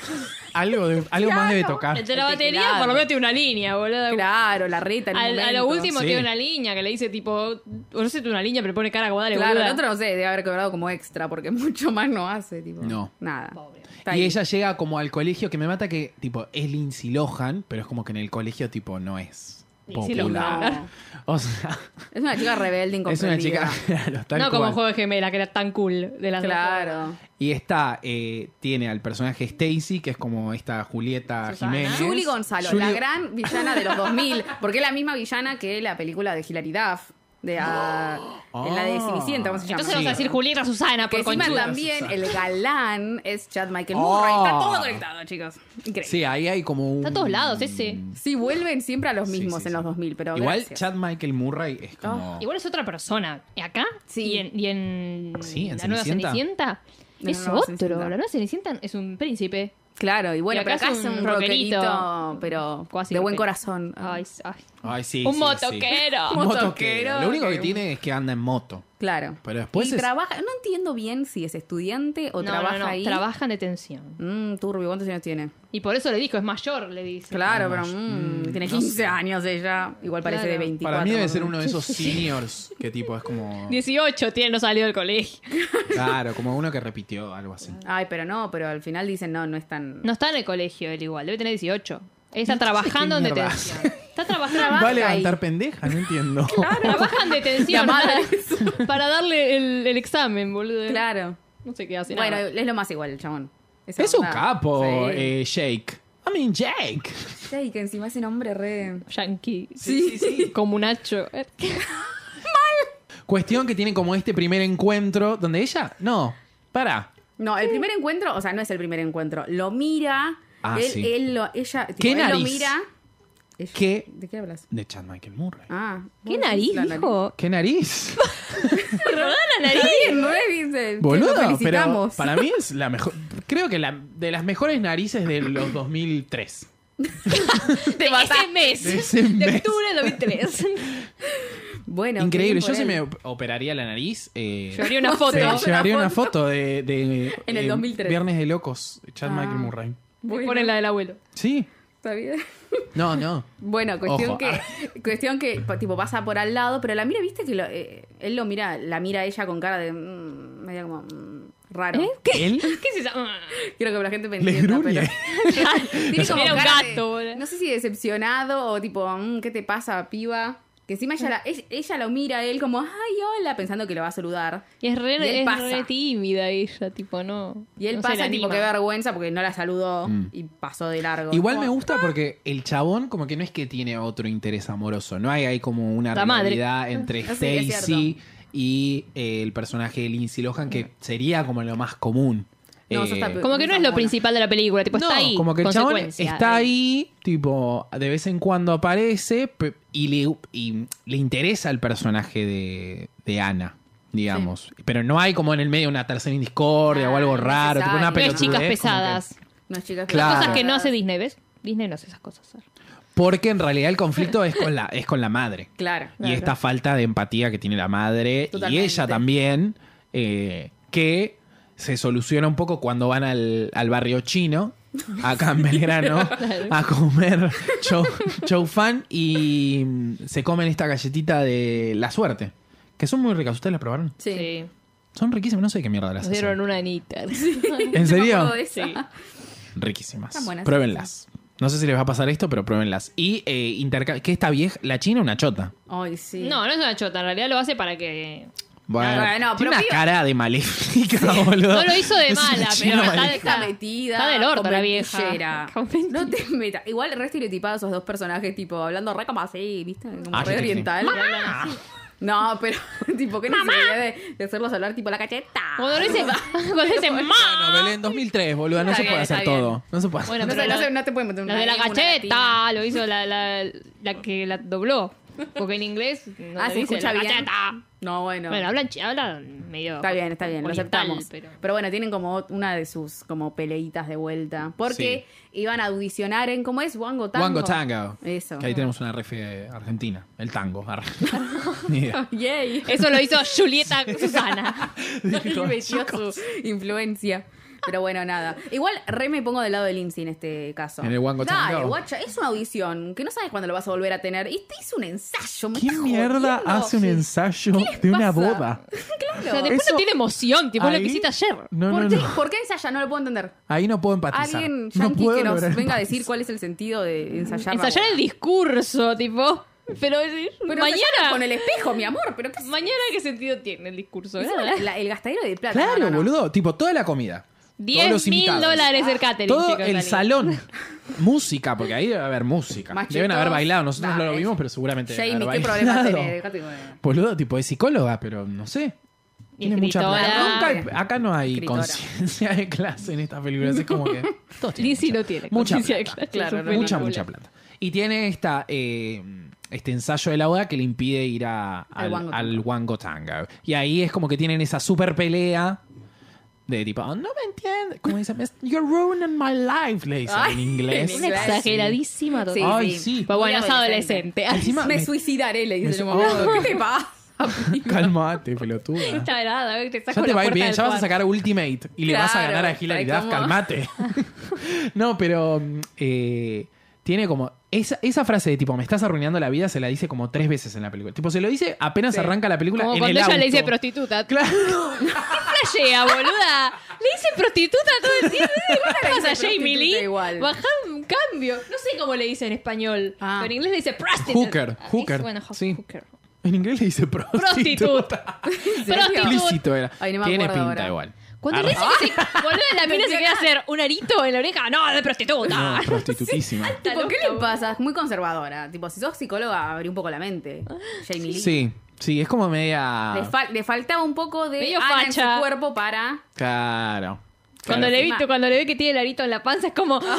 A: Algo, de- algo más debe tocar.
C: El de la
B: El
C: batería
B: teclado.
C: por lo menos tiene una línea, boludo.
B: Claro, la reta. en un
C: Al- a lo
B: momento.
C: último
A: Sí.
C: tiene una línea que le dice tipo, o no sé, tiene una línea, pero pone cara como dale,
B: Claro,
C: boluda.
B: el otro no sé, debe haber cobrado como extra porque mucho más no hace, tipo.
A: No.
B: Nada.
C: Pobre.
B: Está
A: Y
B: ahí.
A: ella llega como al colegio que me mata que, tipo, es Lindsay Lohan, pero es como que en el colegio, tipo, no es
C: Lindsay
A: popular.
B: Lohan.
A: O sea,
B: Es una chica rebelde
A: es una
B: incomprendida.
A: chica. claro, tal
C: No como
A: cual.
C: juego de gemela, que era tan cool de las dos formas.
B: Claro.
A: Y está, eh, tiene al personaje Stacy, que es como esta Julieta
C: Susana.
A: Jiménez.
B: Julie Gonzalo,
A: Julie-
B: la gran villana de los 2000, porque es la misma villana que la película de Hilary Duff, de ah, en la de Cenicienta, ¿cómo se llama?
C: Entonces
A: Sí.
C: vamos a decir Julieta Susana
B: que
C: por
B: encima
C: conchuda.
B: también
A: Susana.
B: el galán es Chad Michael
A: Oh.
B: Murray. Está todo conectado, chicos. Increíble.
A: Sí, ahí hay como un.
C: Está a todos lados ese.
B: Sí, vuelven siempre a los
A: Sí,
B: mismos
A: sí,
B: en
A: sí.
B: los 2000, pero
A: Igual
B: gracias.
A: Chad Michael Murray es como.
C: Ah, Igual es otra persona. ¿Y acá?
B: Sí.
C: ¿Y en, y en
A: Sí, en
C: la nueva
A: Cenicienta.
C: Cenicienta?
B: No,
C: es
B: no, no,
C: otro.
B: Cenicienta.
C: La nueva Cenicienta es un príncipe.
B: Claro, y bueno,
C: Y
B: pero acá es un
C: rockerito,
B: rockerito, pero
C: cuasi
B: de buen
C: rockero.
B: corazón.
C: Ay, s- ay.
A: Ay, sí.
C: un
A: sí, sí.
C: motoquero.
A: Un motoquero.
B: Motoquero.
A: Lo único que tiene es que anda en moto.
B: Claro.
A: Pero después
B: y
A: es-
B: trabaja, no entiendo bien si es estudiante o
C: No,
B: trabaja
C: no, no,
B: ahí.
C: Trabaja en detención.
B: Mm, turbio, ¿cuántos años tiene?
C: Y por eso le dijo, es mayor, le dice.
B: Claro,
A: Vamos.
B: pero mm, tiene 15 años ella. Igual parece
C: Claro.
B: de 24.
A: Para mí debe
B: más o
A: ser
B: menos.
A: uno de esos seniors que tipo es como.
C: 18 tiene, no salió del colegio.
A: Claro, como uno que repitió algo así.
B: Ay, pero no, pero al final dicen no, no es tan.
C: No está en el colegio él igual, debe tener 18. Él está trabajando en
A: mierda
C: detención. Está trabajando.
A: Va a
B: Trabaja
A: levantar pendeja, no entiendo.
C: Trabaja en detención
B: La madre
C: para, para darle el, el examen, boludo.
B: Claro.
C: No sé qué hace.
B: Bueno, eh,
C: nada.
B: es lo más igual el chabón. Esa
A: Es un
B: onda.
A: capo,
B: Sí.
A: eh, Jake. I mean, Jake.
B: Sí, que encima ese nombre re.
C: Yankee.
B: Sí,
C: Como Nacho.
A: Cuestión que tiene como este primer encuentro donde ella. No, para.
B: No, el primer encuentro, o sea, no es el primer encuentro. Lo mira.
A: Ah,
B: él,
A: sí.
B: él lo, ella, tipo,
A: ¿Qué
B: él lo
A: nariz?
B: mira. Ella-
A: ¿Qué?
B: ¿De qué hablas?
A: De Chad Michael Murray.
B: Ah.
C: ¿Qué
B: vos decís
C: nariz
B: la
C: dijo?
A: ¿Qué nariz?
C: Rodó la nariz.
B: Sí, re, dice.
A: Boludo,
B: Te
A: pero
B: felicitamos.
A: para mí es la mejor. Creo que la, de las mejores narices de los 2003.
C: De ese mes.
A: De ese mes.
C: octubre de 2003.
B: Bueno,
A: Increíble.
B: qué
A: Yo
B: bien
A: se
B: por
A: me
B: él.
A: op- operaría la nariz. eh,
C: Yo haría una foto.
A: se-
B: una
A: llevaría
B: foto.
A: una foto de, de-
B: En el
A: eh,
B: 2003.
A: Viernes de Locos, Chad
B: Ah.
A: Michael Murray.
B: Bueno,
C: Ponen la del abuelo.
A: Sí.
B: está bien.
A: No, no.
B: Bueno, cuestión
A: Ojo,
B: que cuestión que pa- tipo pasa por al lado, pero la mira, viste que lo- eh, él lo mira, la mira a ella con cara de mm, medio como mm, raro.
C: ¿Eh?
A: Él
C: ¿Qué es esa? Ah.
B: Quiero que la gente me
A: le
B: entienda.
A: gruñe.
B: pero- Tiene como
C: Era un
B: cara de-
C: gato, boludo.
B: no sé si decepcionado o tipo, "Mm, ¿qué te pasa, piba? Que encima ella, la- ella, ella lo mira a él como, ay, hola, pensando que lo va a saludar.
C: Y es
B: Y
C: re,
B: él
C: es
B: pasa.
C: re tímida ella, tipo, no.
B: Y él
C: no se
B: pasa
C: le
B: tipo,
C: anima.
B: qué vergüenza porque no la saludó y pasó de largo.
A: Mm. Igual me gusta porque el chabón como que no es que tiene otro interés amoroso, no hay, hay como una
C: La madre.
A: rivalidad entre
B: Ah, sí, es
A: Stacy y eh, el personaje de Lindsay Lohan que sería como lo más común. Eh,
B: No, eso está peor.
C: Como que no es lo principal de la película, tipo,
A: no,
C: está ahí.
A: como que el chabón
C: consecuencia.
A: está ahí, tipo, de vez en cuando aparece pe- y le, y le interesa el personaje de, de Ana, digamos. Pero no hay como en el medio una tercera discordia o
B: Ah,
A: algo
B: no
A: raro, tipo una
B: necesario.
C: No es chicas
A: pelotudez, como que-
C: pesadas.
B: No, chicas,
A: Claro.
C: Cosas que no hace Disney, ¿ves? Disney no hace esas cosas. Sar.
A: Porque en realidad el conflicto es con la, es con la madre.
B: Claro.
A: Y esta falta de empatía que tiene la madre
B: Totalmente.
A: y ella también, eh, que se soluciona un poco cuando van al, al barrio chino, acá en Belgrano, a comer chow, chow fan y mm, se comen esta galletita de la suerte, que son muy ricas. ¿Ustedes las probaron?
B: Sí.
A: Son riquísimas, no sé qué mierda las
C: Nos dieron
A: hacen.
C: una anita.
A: ¿En
B: Yo me
A: serio?
B: acuerdo de esa.
C: Sí.
A: Riquísimas.
B: Están buenas.
A: Pruébenlas. No sé si les va a pasar esto, pero pruébenlas. Y eh, interca- que esta vieja, la china, una chota.
B: Ay, sí.
C: No, no es una chota, en realidad lo hace para que.
A: Bueno,
B: Ah, bueno,
A: tiene
B: pero
A: una
B: pibe-
A: cara de maléfica, boludo.
C: No lo hizo de
A: Es una
C: mala,
A: china
C: pero está
A: maléfica.
B: Está metida.
C: Está del orto
B: con
C: la vieja.
B: mentillera.
C: Con mentillera.
B: No te metas. Igual re estereotipados esos dos personajes, tipo, hablando re como así, ¿viste? Como
A: Ah, sí,
B: re
A: sí, sí.
B: oriental. No, pero, tipo, ¿qué necesidad de, de hacerlos hablar tipo la cacheta?
C: Cuando lo dice. Cuando dice
A: No,
C: ma.
A: Belén 2003, boludo, no
B: Está
A: se
B: bien,
A: puede
B: está
A: hacer
B: bien.
A: todo. No se puede hacer
C: Bueno,
B: No,
C: pero
B: sé, no,
C: la-
B: sé, no te pueden meter una
C: La de la
B: gringa, una latina.
C: gacheta, lo hizo la, la, la que la dobló. Porque en inglés no
B: ah,
C: te
B: se
C: dice
B: escucha
C: la
B: bien.
C: gacheta.
B: No, bueno.
C: Bueno, hablan, chi- hablan medio.
B: Está bien, está bien, lo
C: oriental,
B: aceptamos. Pero...
C: Pero...
B: bueno, tienen como una de sus como peleitas de vuelta. Porque iban a audicionar en, ¿cómo es? Wango Tango.
A: Wango Tango.
B: Eso.
A: Que ahí tenemos una refe argentina. El tango. ar- Ni idea.
B: Yay.
C: Eso lo hizo Julieta Susana.
B: y metió su influencia. Pero bueno, nada. Igual re me pongo del lado de Lindsay en este caso.
A: En el Wango
B: Dale,
A: Tango.
B: guacha, es una audición que no sabes cuándo lo vas a volver a tener. Y te hizo un ensayo, me
A: ¿Qué
B: estás
A: mierda
B: jodiendo.
A: hace un ensayo de
B: pasa?
A: una boda?
B: Claro.
C: O sea, después
A: Eso-
C: no tiene emoción, tipo lo
A: Ahí-
C: que hiciste ayer.
A: No,
B: ¿Por,
A: no,
B: qué,
A: no.
B: ¿Por qué ensaya? No lo puedo entender.
A: Ahí no puedo empatizar.
B: Alguien
A: no
B: yankee
A: puedo
B: que nos
A: lograr
B: venga a decir
A: empatizar.
B: cuál es el sentido de ensayar. la
C: Ensayar
B: voz.
C: el discurso, tipo. Pero, es-
B: Pero ensayalo
C: mañana.
B: Con el espejo, mi amor. Pero qué
C: Mañana, ¿qué sentido tiene el discurso?
B: Encima
C: Nada.
B: la- la- el gastadero de plata.
A: Claro,
B: no, no, no.
A: boludo. Tipo, toda la comida. todos
C: 10
A: los
C: mil
A: invitados,
C: dólares el catering.
A: Todo
C: chicos,
A: el
C: Dani.
A: salón. música, porque ahí debe haber música.
B: Machitos.
A: Deben haber bailado. Nosotros no
B: Dale.
A: lo vimos, pero seguramente. deben
B: Jamie,
A: haber
B: ¿qué problema
A: bailado.
B: tenés? Dejate joder.
A: Boludo, tipo, es psicóloga, pero no sé.
C: Y
A: Tiene mucha
C: escritora.
A: plata. Nunca hay- acá no hay
B: Escritora.
A: conciencia de clase en esta película. Es como que. todos tienen
C: Lizzie
A: mucha-
C: no tiene
A: Mucha
C: conciencia de
A: plata.
C: clase, Claro, es su no.
A: mucha, mucha
C: película.
A: plata. Y tiene esta, eh, este ensayo de la boda que le impide ir a,
B: Al Wango
A: al, al Wango Tanga. Y ahí es como que tienen esa super pelea de tipo, "Oh, no me entiendes. Como dicen, "Es- you're ruining my life, le dicen
B: Ay,
A: en
B: en
A: inglés.
C: Una exageradísima
B: Sí,
C: total.
A: Ay,
B: sí.
A: sí.
C: Pero bueno, es
B: Muy
C: adolescente.
A: Encima,
B: me,
A: me-
B: suicidaré, le dice.
A: me- Oh.
B: el mamá. ¿Qué te pasa?
A: Calmate, pelotuda.
C: Está nada, a ver, te saco
A: Ya te
C: la
A: va a ir
C: puerta
A: bien,
C: del
A: ya vas a
C: cuarto.
A: sacar Ultimate y le vas a
B: Claro,
A: ganar a Hilary
B: ¿sabes cómo?
A: Duff, calmate. no, pero eh, tiene como. Esa, esa frase de tipo, me estás arruinando la vida, se la dice como tres veces en la película. Tipo, se lo dice apenas
B: Sí.
A: arranca la película
C: Como
A: en
C: cuando
A: el
C: ella
A: auto.
C: le dice prostituta.
A: Claro.
C: flashea, boluda? Le dice prostituta todo el tiempo. ¿Qué
B: Le
C: pasa,
B: dice
C: Jamie
B: prostituta
C: Lee?
B: igual.
C: Bajá un cambio. No sé cómo le dice en español.
B: Ah.
C: Pero en inglés le dice prostitute.
A: Hooker,
C: Ah,
A: hooker,
C: es- Bueno, ho-
A: sí.
C: hooker.
A: En inglés le dice prostituta.
C: Prostituta. Prostituta.
A: Explícito era.
B: Ay, no me
A: tiene
B: acuerdo
A: pinta
B: ahora.
A: igual.
C: Cuando le
A: Arre-
C: dice que se,
B: Ah.
C: boluda, la mina se quiere hacer un arito en la oreja. "Ah, No, de prostituta.
A: No, prostitutísima.
B: Tipo, ¿qué
C: loca,
B: le pasa? Es muy conservadora. Tipo, si sos psicóloga, abrí un poco la mente. Jamie Lee.
A: Sí, sí, es como
B: Le,
A: media.
B: fal- le faltaba un poco de
C: Medio
B: Ana en su
C: facha.
B: cuerpo para.
A: Claro.
C: Cuando
A: Claro.
C: le,
B: Encima-
C: vi, cuando le ve que tiene el arito en la panza, es como, "Ah,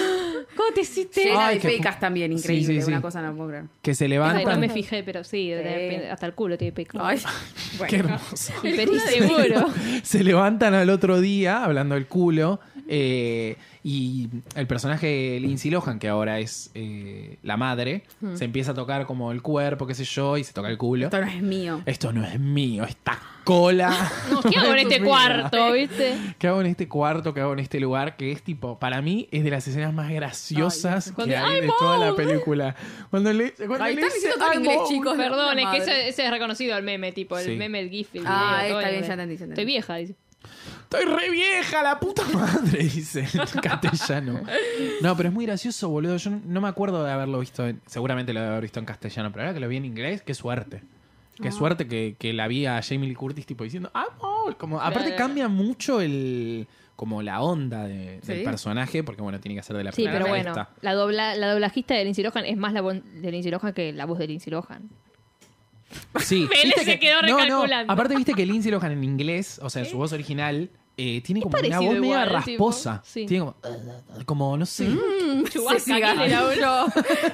C: ¿cómo te hiciste?
B: Llena de
A: Ay, qué pu-
B: pecas también,
A: Sí,
B: increíble.
A: sí, sí.
B: Una cosa no puedo creer.
A: Que se
C: Ay,
A: levanta.
C: no me fijé, pero sí, de- de- hasta el culo tiene pico.
B: Ay,
A: Qué
B: bueno.
A: hermoso.
C: Pero seguro.
A: se levantan al otro día hablando del culo Eh, y el personaje de Lindsay Lohan, que ahora es eh, la madre, se empieza a tocar como el cuerpo, qué sé yo, y se toca el culo.
B: Esto no es mío.
A: Esto no es mío, esta cola.
C: No, ¿qué hago en este
A: Mira.
C: cuarto, viste?
A: ¿Qué hago en este cuarto? ¿Qué hago en este lugar? Que es tipo, para mí es de las escenas más graciosas
C: Cuando-
A: que hay
C: ¡Ay,
A: de
C: Mom!
A: toda la película. Cuando le, cuando
B: Ay,
A: le
B: están
A: dice,
B: diciendo todo en
A: "Ay,
B: inglés,
A: Mom".
B: chicos.
C: Perdón,
B: La
C: es que
B: madre.
C: ese, ese es reconocido el meme, tipo, el
A: Sí.
C: meme, el gif, el video,
B: Ah,
C: todo
B: está
C: el
B: bien,
C: meme.
B: ya entendí, ya entendí.
C: Estoy vieja, dice.
A: Estoy re vieja, la puta madre, dice en castellano. No, pero es muy gracioso, boludo. Yo no- no me acuerdo de haberlo visto, en- seguramente lo de haber visto en castellano, pero ahora que lo vi en inglés, qué suerte.
C: Ah.
A: Qué suerte que, que la vi a Jamie Lee Curtis tipo diciendo, ah, no", como aparte
C: Claro.
A: cambia mucho el como la onda de- del
B: Sí.
A: personaje, porque bueno, tiene que hacer de la
C: Sí,
A: primera
C: pero bueno,
A: esta.
C: la, dobla, la doblajista de Lindsay Lohan es más la voz de Lindsay Lohan que la voz de Lindsay Lohan.
A: Sí,
C: Vélez
A: viste
C: se quedó recalculando.
A: Aparte, viste que Lindsay Lohan en inglés, o sea, en su voz original, eh, tiene como una
C: parecido
A: voz media
C: igual, tipo,
A: rasposa.
C: sí. Mm.
A: Tiene como, como, no sé.
C: Chewbacca,
B: siga.
C: ¿quién era?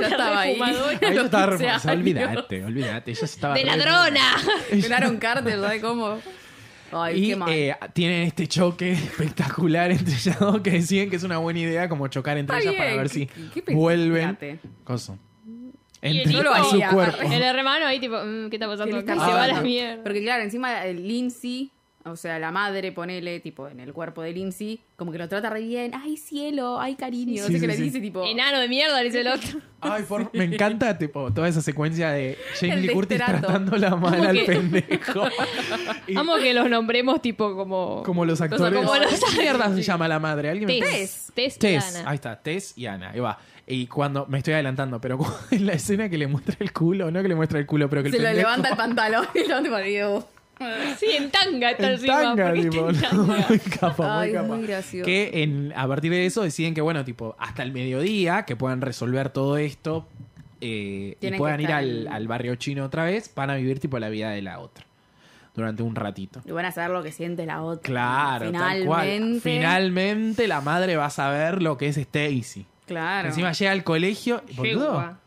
B: Ya estaba ahí.
C: refumadora.
A: Ahí
B: A
A: yo
B: los
A: estaba
B: 15
A: hermosa,
B: años.
A: olvídate, olvídate. Ella estaba
C: ¡De
A: eh. re-
C: ladrona!
B: Llenaron Carter, ¿sabes cómo? Ay,
A: Y
B: qué mal.
A: eh, tienen este choque espectacular entre ellas dos que deciden que es una buena idea como chocar entre
B: Está
A: ellas para
B: bien,
A: ver
B: qué-
A: si
B: qué- qué
A: vuelven.
B: pensate.
A: Cosa.
C: Y
A: Entre
B: Yo lo
A: su
B: haría.
A: cuerpo.
C: El hermano ahí tipo, mm, ¿qué está pasando
B: ¿Qué le
C: acá?
B: está
C: Y se va a la
B: pasando?
C: mierda.
B: Porque claro, encima el Lindsay, o sea, la madre, ponele, tipo, en el cuerpo de Lindsay, como que lo trata re bien. Ay, cielo, ay, cariño.
A: Sí,
B: no sé qué
A: sí,
B: le
A: sí.
B: dice, tipo...
C: Enano de mierda, dice el otro.
A: Ay, por- me encanta tipo, toda esa secuencia de Jamie
B: El
A: Lee Curtis
B: desterato.
A: tratándola mal al
C: que-
A: pendejo. Y-
C: Amo que los nombremos tipo como...
A: Como los actores.
B: como
C: los-
A: ¿Qué mierda se llama la madre? ¿Alguien me-
C: Tess.
A: Tess.
C: Tess. Tess.
A: Ahí está, Tess y Ana. Ahí va. Y cuando, me estoy adelantando, pero cu- en la escena que le muestra el culo, no que le muestra el culo, pero que el
B: Se lo
A: pendejo-
B: levanta el pantalón y lo tipo, digo,
C: Sí, en tanga está
A: En
C: encima.
A: tanga,
C: porque
A: tipo,
C: está en
A: no,
C: tanga.
A: muy capa, muy
B: Ay, es
A: capa.
B: muy gracioso.
A: Que en, a partir de eso deciden que, bueno, tipo, hasta el mediodía, que puedan resolver todo esto eh, y
B: Tienen que
A: puedan ir
B: estar
A: al,
B: en-
A: al barrio chino otra vez, van a vivir, tipo, la vida de la otra durante un ratito.
B: Y van a saber lo que siente la otra.
A: Claro,
B: Finalmente.
A: tal cual. Finalmente la madre va a saber lo que es Stacy.
B: Claro.
A: Encima llega al colegio. Boludo,
C: Yegua.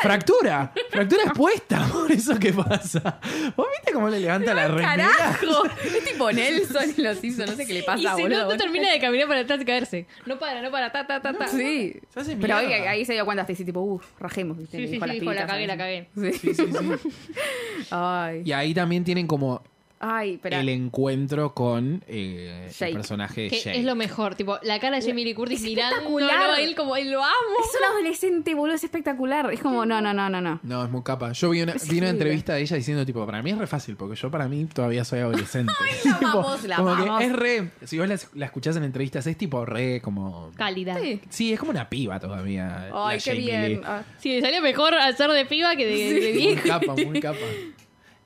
A: fractura. Fractura expuesta. Por eso que pasa. ¿Vos viste cómo le levanta la remera?
B: ¡Carajo! Es tipo Nelson y los hizo, no sé qué le pasa,
C: y si
B: boludo.
C: no, no termina de caminar para atrás y caerse. No para, no para, ta, ta, ta, ta.
B: Sí.
A: Se hace
B: Pero
A: mierda.
B: ahí, ahí se dio cuenta hasta dice tipo, uff, rajemos, ¿viste?
C: Sí,
B: Le
C: sí,
B: dijo a
C: sí,
B: las
C: dijo, la
B: pibitas,
C: cagué, la
B: ¿sabes? Sí.
A: Sí, sí, sí.
B: Ay.
A: Y ahí también tienen como
B: Ay, pero.
A: el encuentro con eh, el
B: Jake.
A: personaje de
C: Que
A: Jake.
C: es lo mejor, tipo, la cara de Jamie Lee Curtis mirando
B: espectacular.
C: a él como, él lo amo.
B: Es un adolescente, boludo, es espectacular. Es como, no, no, no, no, no.
A: No, es muy capa. Yo vi una, vi una
B: increíble.
A: entrevista de ella diciendo, tipo, para mí es re fácil, porque yo para mí todavía soy adolescente.
B: la
A: Tipo,
B: amamos, la
A: como
B: amamos.
A: que es re, si vos la, la escuchás en entrevistas, es tipo re como...
C: Cálida.
B: Sí.
A: Sí, es como una piba todavía. la
B: Ay, qué
A: Jamie Lee.
B: bien. Ah,
C: Sí, le salió mejor hacer de piba que de, de
A: Muy
C: vieja.
A: capa, muy capa.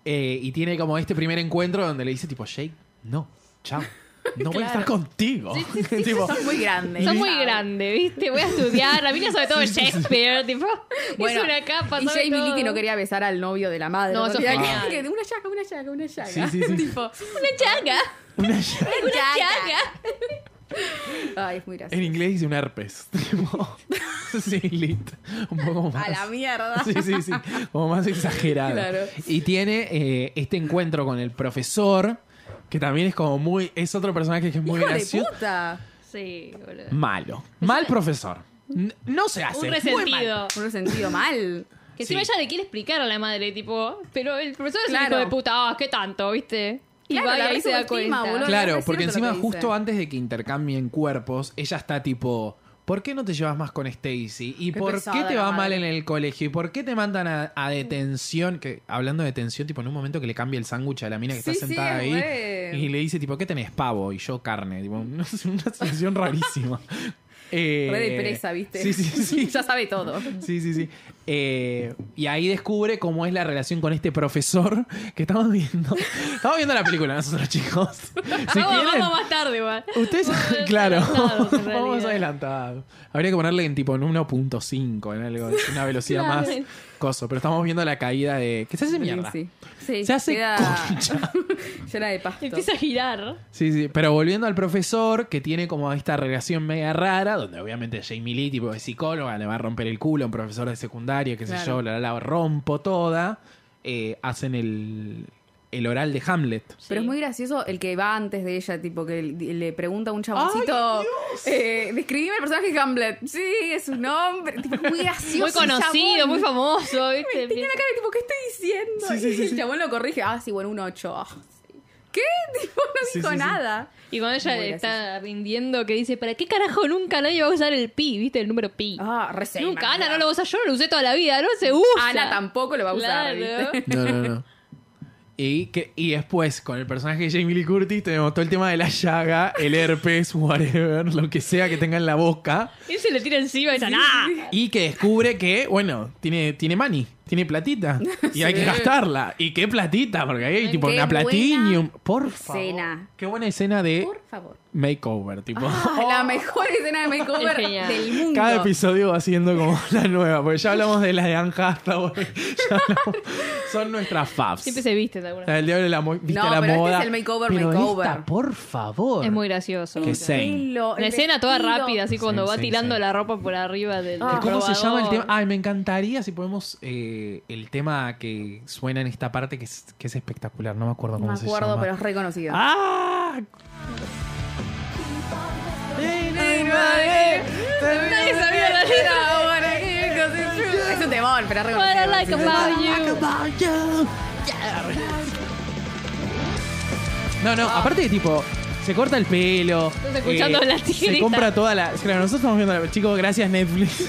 A: Eh, y tiene como este primer encuentro donde le dice, tipo, Jake, no, chao. No voy a estar contigo. Tipo,
B: Son muy grandes.
C: Sos muy
B: Chao.
C: grande, ¿viste? Voy a estudiar. La mina sabe todo Shakespeare, tipo.
B: Bueno,
C: es una capa,
B: Y
C: sabe
B: Jamie Lee
C: todo.
B: que no quería besar al novio de la madre.
C: No, eso es
B: Era
C: genial.
B: que- que Una chaga, una chaga, una chaga.
A: Sí, sí, sí.
B: tipo,
C: Una chaga,
A: una-
B: una
C: una
B: chaga.
C: chaga.
B: Ay, es muy
A: En
B: gracioso.
A: inglés dice un herpes. Tipo, sí, listo. Un poco más.
B: A la mierda.
A: Sí, sí, sí. Como más exagerado.
B: Claro.
A: Y tiene eh, este encuentro con el profesor, que también es como muy. Es otro personaje que es muy
B: Hijo de
A: gracioso.
B: puta.
C: Sí, boludo.
A: Malo. Mal profesor. N- No se hace.
C: Un
A: Muy mal.
C: resentido.
B: Un sentido mal.
C: Que
A: Sí.
C: encima ella le quiere explicar a la madre, tipo. Pero el profesor es
B: Claro.
C: un hijo de puta. Ah, qué tanto, ¿viste? Y
B: Claro,
C: va y
B: la
C: ahí se da
B: resubestima,
C: cuenta.
B: boludo.
A: Claro,
B: No, es
A: porque
B: cierto lo
A: encima
B: que dice.
A: justo antes de que intercambien cuerpos, ella está tipo, ¿por qué no te llevas más con Stacy? ¿Y
B: Qué
A: por qué
B: pesada
A: te
B: la
A: va mal
B: madre.
A: en el colegio? ¿Y por qué te mandan a, a detención? Que hablando de detención, tipo en un momento que le cambia el sándwich a la mina que
B: Sí,
A: está
B: sí,
A: sentada ahí
B: re.
A: y le dice tipo, ¿qué tenés pavo? Y yo carne, tipo, una situación rarísima. Eh,
B: Re de presa, ¿viste?
A: Sí, sí, sí.
B: ya sabe todo.
A: Sí, sí, sí. Eh, y ahí descubre cómo es la relación con este profesor que estamos viendo. Estamos viendo la película nosotros, chicos. Si
C: Ah, vamos,
A: quieren,
C: vamos más tarde, igual.
A: ustedes,
C: Vamos
A: claro,
C: adelantados, en
A: vamos
C: realidad.
A: adelantados. Habría que ponerle en tipo en 1.5, en algo, en una velocidad
C: Claro.
A: más coso. Pero estamos viendo la caída de... ¿Qué se hace mierda?
B: Sí, sí.
A: Se hace
B: Queda
A: concha.
B: llena de pasto.
C: Empieza a girar.
A: Sí, sí. Pero volviendo al profesor, que tiene como esta relación media rara, donde obviamente Jamie Lee, tipo de psicóloga, le va a romper el culo a un profesor de secundaria, qué sé
B: Claro.
A: yo, la, la, la rompo toda. Eh, hacen el, el oral de Hamlet.
B: Pero es muy gracioso el que va antes de ella, tipo, que le le pregunta a un chaboncito. Eh, describime el personaje de Hamlet. Sí, es un nombre. Tipo, es muy gracioso.
C: Muy
B: el chabón.
C: conocido, muy famoso, ¿viste?
B: Tenía la cara de tipo, ¿qué estoy diciendo?
A: Sí, sí,
B: y
A: sí,
B: el
A: sí.
B: chabón lo corrige. Ah, sí, bueno, un 8. ¿Qué? Tipo, no
A: Sí,
B: dijo
A: sí, sí.
B: nada.
C: Y cuando ella
B: Muy
C: está rindiendo, que dice, ¿para qué carajo nunca nadie va a usar el pi? ¿Viste? El número pi.
B: Ah, recién.
C: nunca, Ana no lo usa, yo no lo usé toda la vida, no se usa.
B: Ana tampoco lo va a usar.
C: Claro.
B: ¿viste?
A: No, no, no. Y, que, y después, con el personaje de Jamie Lee Curtis, tenemos todo el tema de la llaga, el herpes, whatever, lo que sea que tenga en la boca.
C: Él se le tira encima y dice, ¡nah!
A: Y que descubre que, bueno, tiene, tiene money, tiene platita. Y hay que gastarla. ¿Y qué platita? Porque ahí hay tipo
B: Qué
A: una
B: buena
A: platinium. Por favor.
B: escena.
A: Qué buena escena de
B: Por favor.
A: makeover. Tipo,
B: Ah, la mejor escena de makeover
C: Es genial.
B: del mundo.
A: Oh. cada episodio va siendo como la nueva. Porque ya hablamos de la de Anne Hathaway, ya hablamos- son nuestras faves.
C: Siempre se viste de alguna
A: La
C: forma.
A: del diablo de la, mo- viste
B: No,
A: a la
B: pero este
A: moda.
B: es el makeover,
A: Pero
B: makeover.
A: esta, por favor.
C: Es muy gracioso.
A: Que se-
B: Pelo, el
C: La escena toda
B: Oh, vestido.
C: rápida, así cuando
A: Sí,
C: va
A: sí,
C: tirando
A: sí.
C: la ropa por arriba del.
B: Ah.
C: del
A: ¿Cómo se llama el tema?
C: probador.
A: Ay, me encantaría si podemos eh, el tema que suena en esta parte que es, que es espectacular. No me acuerdo
B: No
A: cómo
B: me
A: se
B: acuerdo,
A: llama.
B: pero es reconocido.
A: ¡Ah!
B: Nadie sabía la letra. ahora, qué cosa es. Es un temor, pero es
C: What I
B: reconocido.
C: like about you.
A: No,
B: Ah.
A: no, aparte tipo, se corta el pelo. eh,
C: Estás escuchando la
A: Se
C: tigrita.
A: compra toda la. Claro, nosotros estamos viendo la. Chicos, gracias Netflix.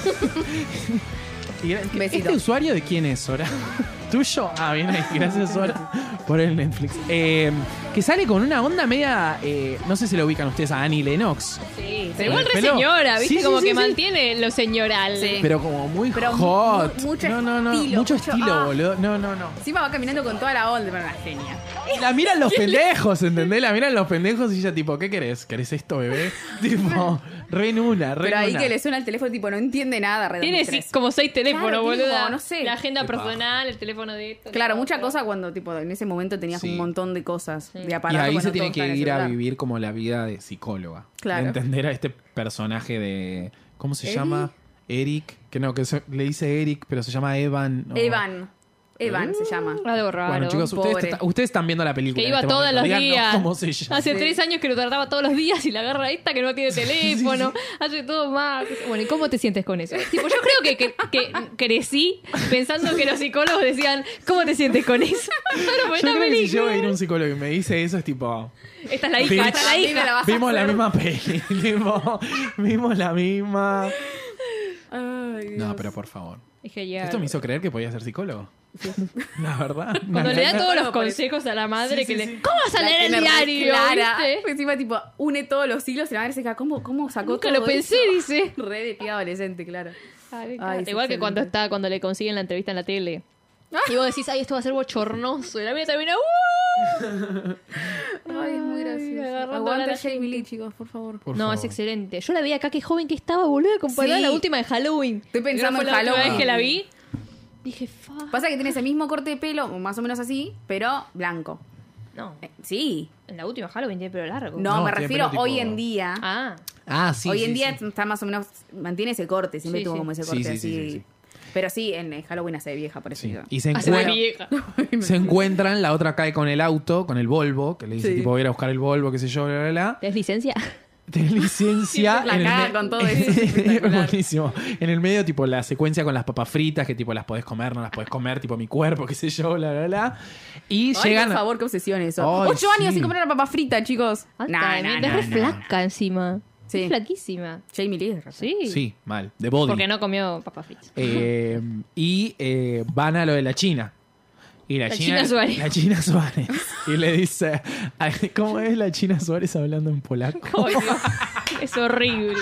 A: Y gra-
B: Besito.
A: ¿Este usuario de quién es Sora? ¿Tuyo? Ah, bien ahí. Gracias, Sora, por el Netflix. Eh, que sale con una onda media. eh, no sé si lo ubican ustedes a Annie Lennox.
C: Sí,
A: Con
C: pero igual
A: el
C: re
A: pelo.
C: señora, ¿viste?
A: Sí, sí,
C: como
A: sí,
C: que
A: sí.
C: mantiene lo señoral.
B: Sí.
A: Pero como muy
B: Pero mu-
A: hot.
B: mu- mucho
A: no, no, no.
B: estilo,
A: mucho
B: mucho-
A: estilo,
B: ah.
A: boludo. No, no, no.
B: Encima va caminando con toda la onda, pero una genia.
A: La miran los pendejos, ¿entendés? La miran los pendejos y ella tipo, ¿qué querés? ¿Querés esto, bebé? tipo, re en una, re
B: Pero
A: en
B: ahí
A: una.
B: que le suena el teléfono, tipo, no entiende nada. re
C: Tiene
B: 2003.
C: sí- como seis teléfonos,
B: Claro, tiene
C: boluda.
B: como, no sé.
C: La agenda
A: Qué paja.
C: personal, el teléfono de esto.
B: Claro,
C: de
B: mucha
C: otro.
B: cosa cuando, tipo, en ese momento tenías
A: Sí.
B: un montón de cosas de
A: Y
B: aparato.
A: ahí
B: cuando
A: se
B: todo
A: tiene
B: está
A: que
B: en el
A: ir a
B: celular.
A: vivir como la vida de psicóloga.
B: Claro.
A: De entender a este personaje de. ¿Cómo se
B: Eric.
A: llama? Eric. Que no, que se- le dice Eric, pero se llama Evan. o-
B: Evan. Evan
A: Uh.
B: se llama.
C: Algo raro.
A: Bueno, chicos, ustedes,
B: pobre.
A: está- ustedes están viendo la película.
C: que
A: en
C: iba
A: este
C: todos
A: momento.
C: los
A: Díganos
C: días.
A: cómo se llama.
C: Hace
B: Sí.
C: tres años que lo trataba todos los días y la agarra esta que no tiene teléfono. Hace todo mal. Bueno, ¿y cómo te sientes con eso? Tipo, yo creo que, que- que crecí pensando que los psicólogos decían, ¿cómo te sientes con eso? Claro, pues
A: Yo
C: esta
A: creo que si
C: película.
A: yo voy a ir a un psicólogo y me dice eso, es tipo.
C: Esta es la hija, esta es la
B: Bitch.
C: hija.
B: vas a
A: Vimos la
B: hacer.
A: misma peli. tipo, vimos la misma.
B: Ay, Dios.
A: No, pero por favor.
C: Es genial.
A: Esto me hizo creer que podía ser picólogo. La verdad.
C: Cuando
A: Una
C: le da
A: gana-
C: todos los
B: Todo parece-
C: consejos a la madre
A: Sí,
C: que
A: sí,
C: le...
A: sí.
C: ¿Cómo vas a
B: La
C: leer el
B: tiene re
C: diario?
B: clara.
C: viste?
B: Encima, tipo, une todos los hilos y la madre se queda, ¿cómo, cómo sacó
C: Nunca
B: todo
C: lo pensé,
B: eso?
C: dice.
B: Re de pie adolescente, claro.
C: Ay,
B: Ay, es
C: Igual
B: excelente.
C: que
B: Ah.
C: cuando está, cuando le consiguen la entrevista en la tele. Y vos decís, ay, esto va a ser bochornoso. Y la mía termina, ¡uh!
B: Ay, es muy gracioso.
C: agarrando a
B: Aguanta
C: la
B: Jamie Lee, chicos, por favor.
A: Por
C: No,
A: favor.
C: es excelente. Yo la veía acá, qué joven que estaba, boludo, comparada a la
B: Sí.
C: última de Halloween.
B: Estoy pensando
C: Esa fue
B: en
C: la última
B: Halloween.
C: vez que la vi, dije, fa.
B: Pasa que tiene ese mismo corte de pelo, más o menos así, pero blanco.
C: No,
B: Eh, Sí.
C: en la última Halloween tiene pelo largo.
B: No,
A: No,
B: me
A: tiene
B: refiero
A: pelo tipo-
B: hoy en día.
C: Ah,
A: Ah, sí.
B: hoy en
A: sí,
B: día
A: sí.
B: está más o menos, mantiene ese corte, siempre
C: Sí,
B: tuvo
C: sí.
B: como ese
A: Sí,
B: corte
A: sí,
B: así.
A: sí, sí, sí.
B: Pero sí, en eh, Halloween hace de vieja, por eso.
A: Sí.
B: digo.
A: Y se,
C: hace de
A: encuentra-
C: vieja.
A: se encuentran, la otra cae con el auto, con el Volvo, que le dice,
B: Sí.
A: tipo, voy a ir a buscar el Volvo, qué sé yo, bla, bla, bla.
C: ¿Tenés licencia?
A: de licencia.
B: Siempre la
A: en el
B: caga
A: me-
B: con todo eso, es espectacular.
A: Buenísimo. En el medio, tipo, la secuencia con las papas fritas, que tipo, las podés comer, no las podés comer, tipo, mi cuerpo, qué sé yo, bla, bla, bla.
B: Ay,
A: Y llegan...
B: por favor, qué obsesión eso.
A: Ay,
B: Ocho años
A: sí.
B: sin comer una papa frita, chicos.
C: Ah,
B: Nah,
C: también,
B: nah,
C: es
B: nah,
C: re
B: nah.
C: flaca encima.
B: Sí.
C: Es flaquísima.
B: Jamie Lee. es re-
C: Sí.
A: Sí, mal. De body.
C: Porque no comió papas fritas.
A: Eh, y eh, van a lo de la China. Y la,
C: La China Suárez.
A: La China Suárez. Y le dice, ay, ¿cómo es la China Suárez hablando en polaco?
C: Ay, Dios. es horrible.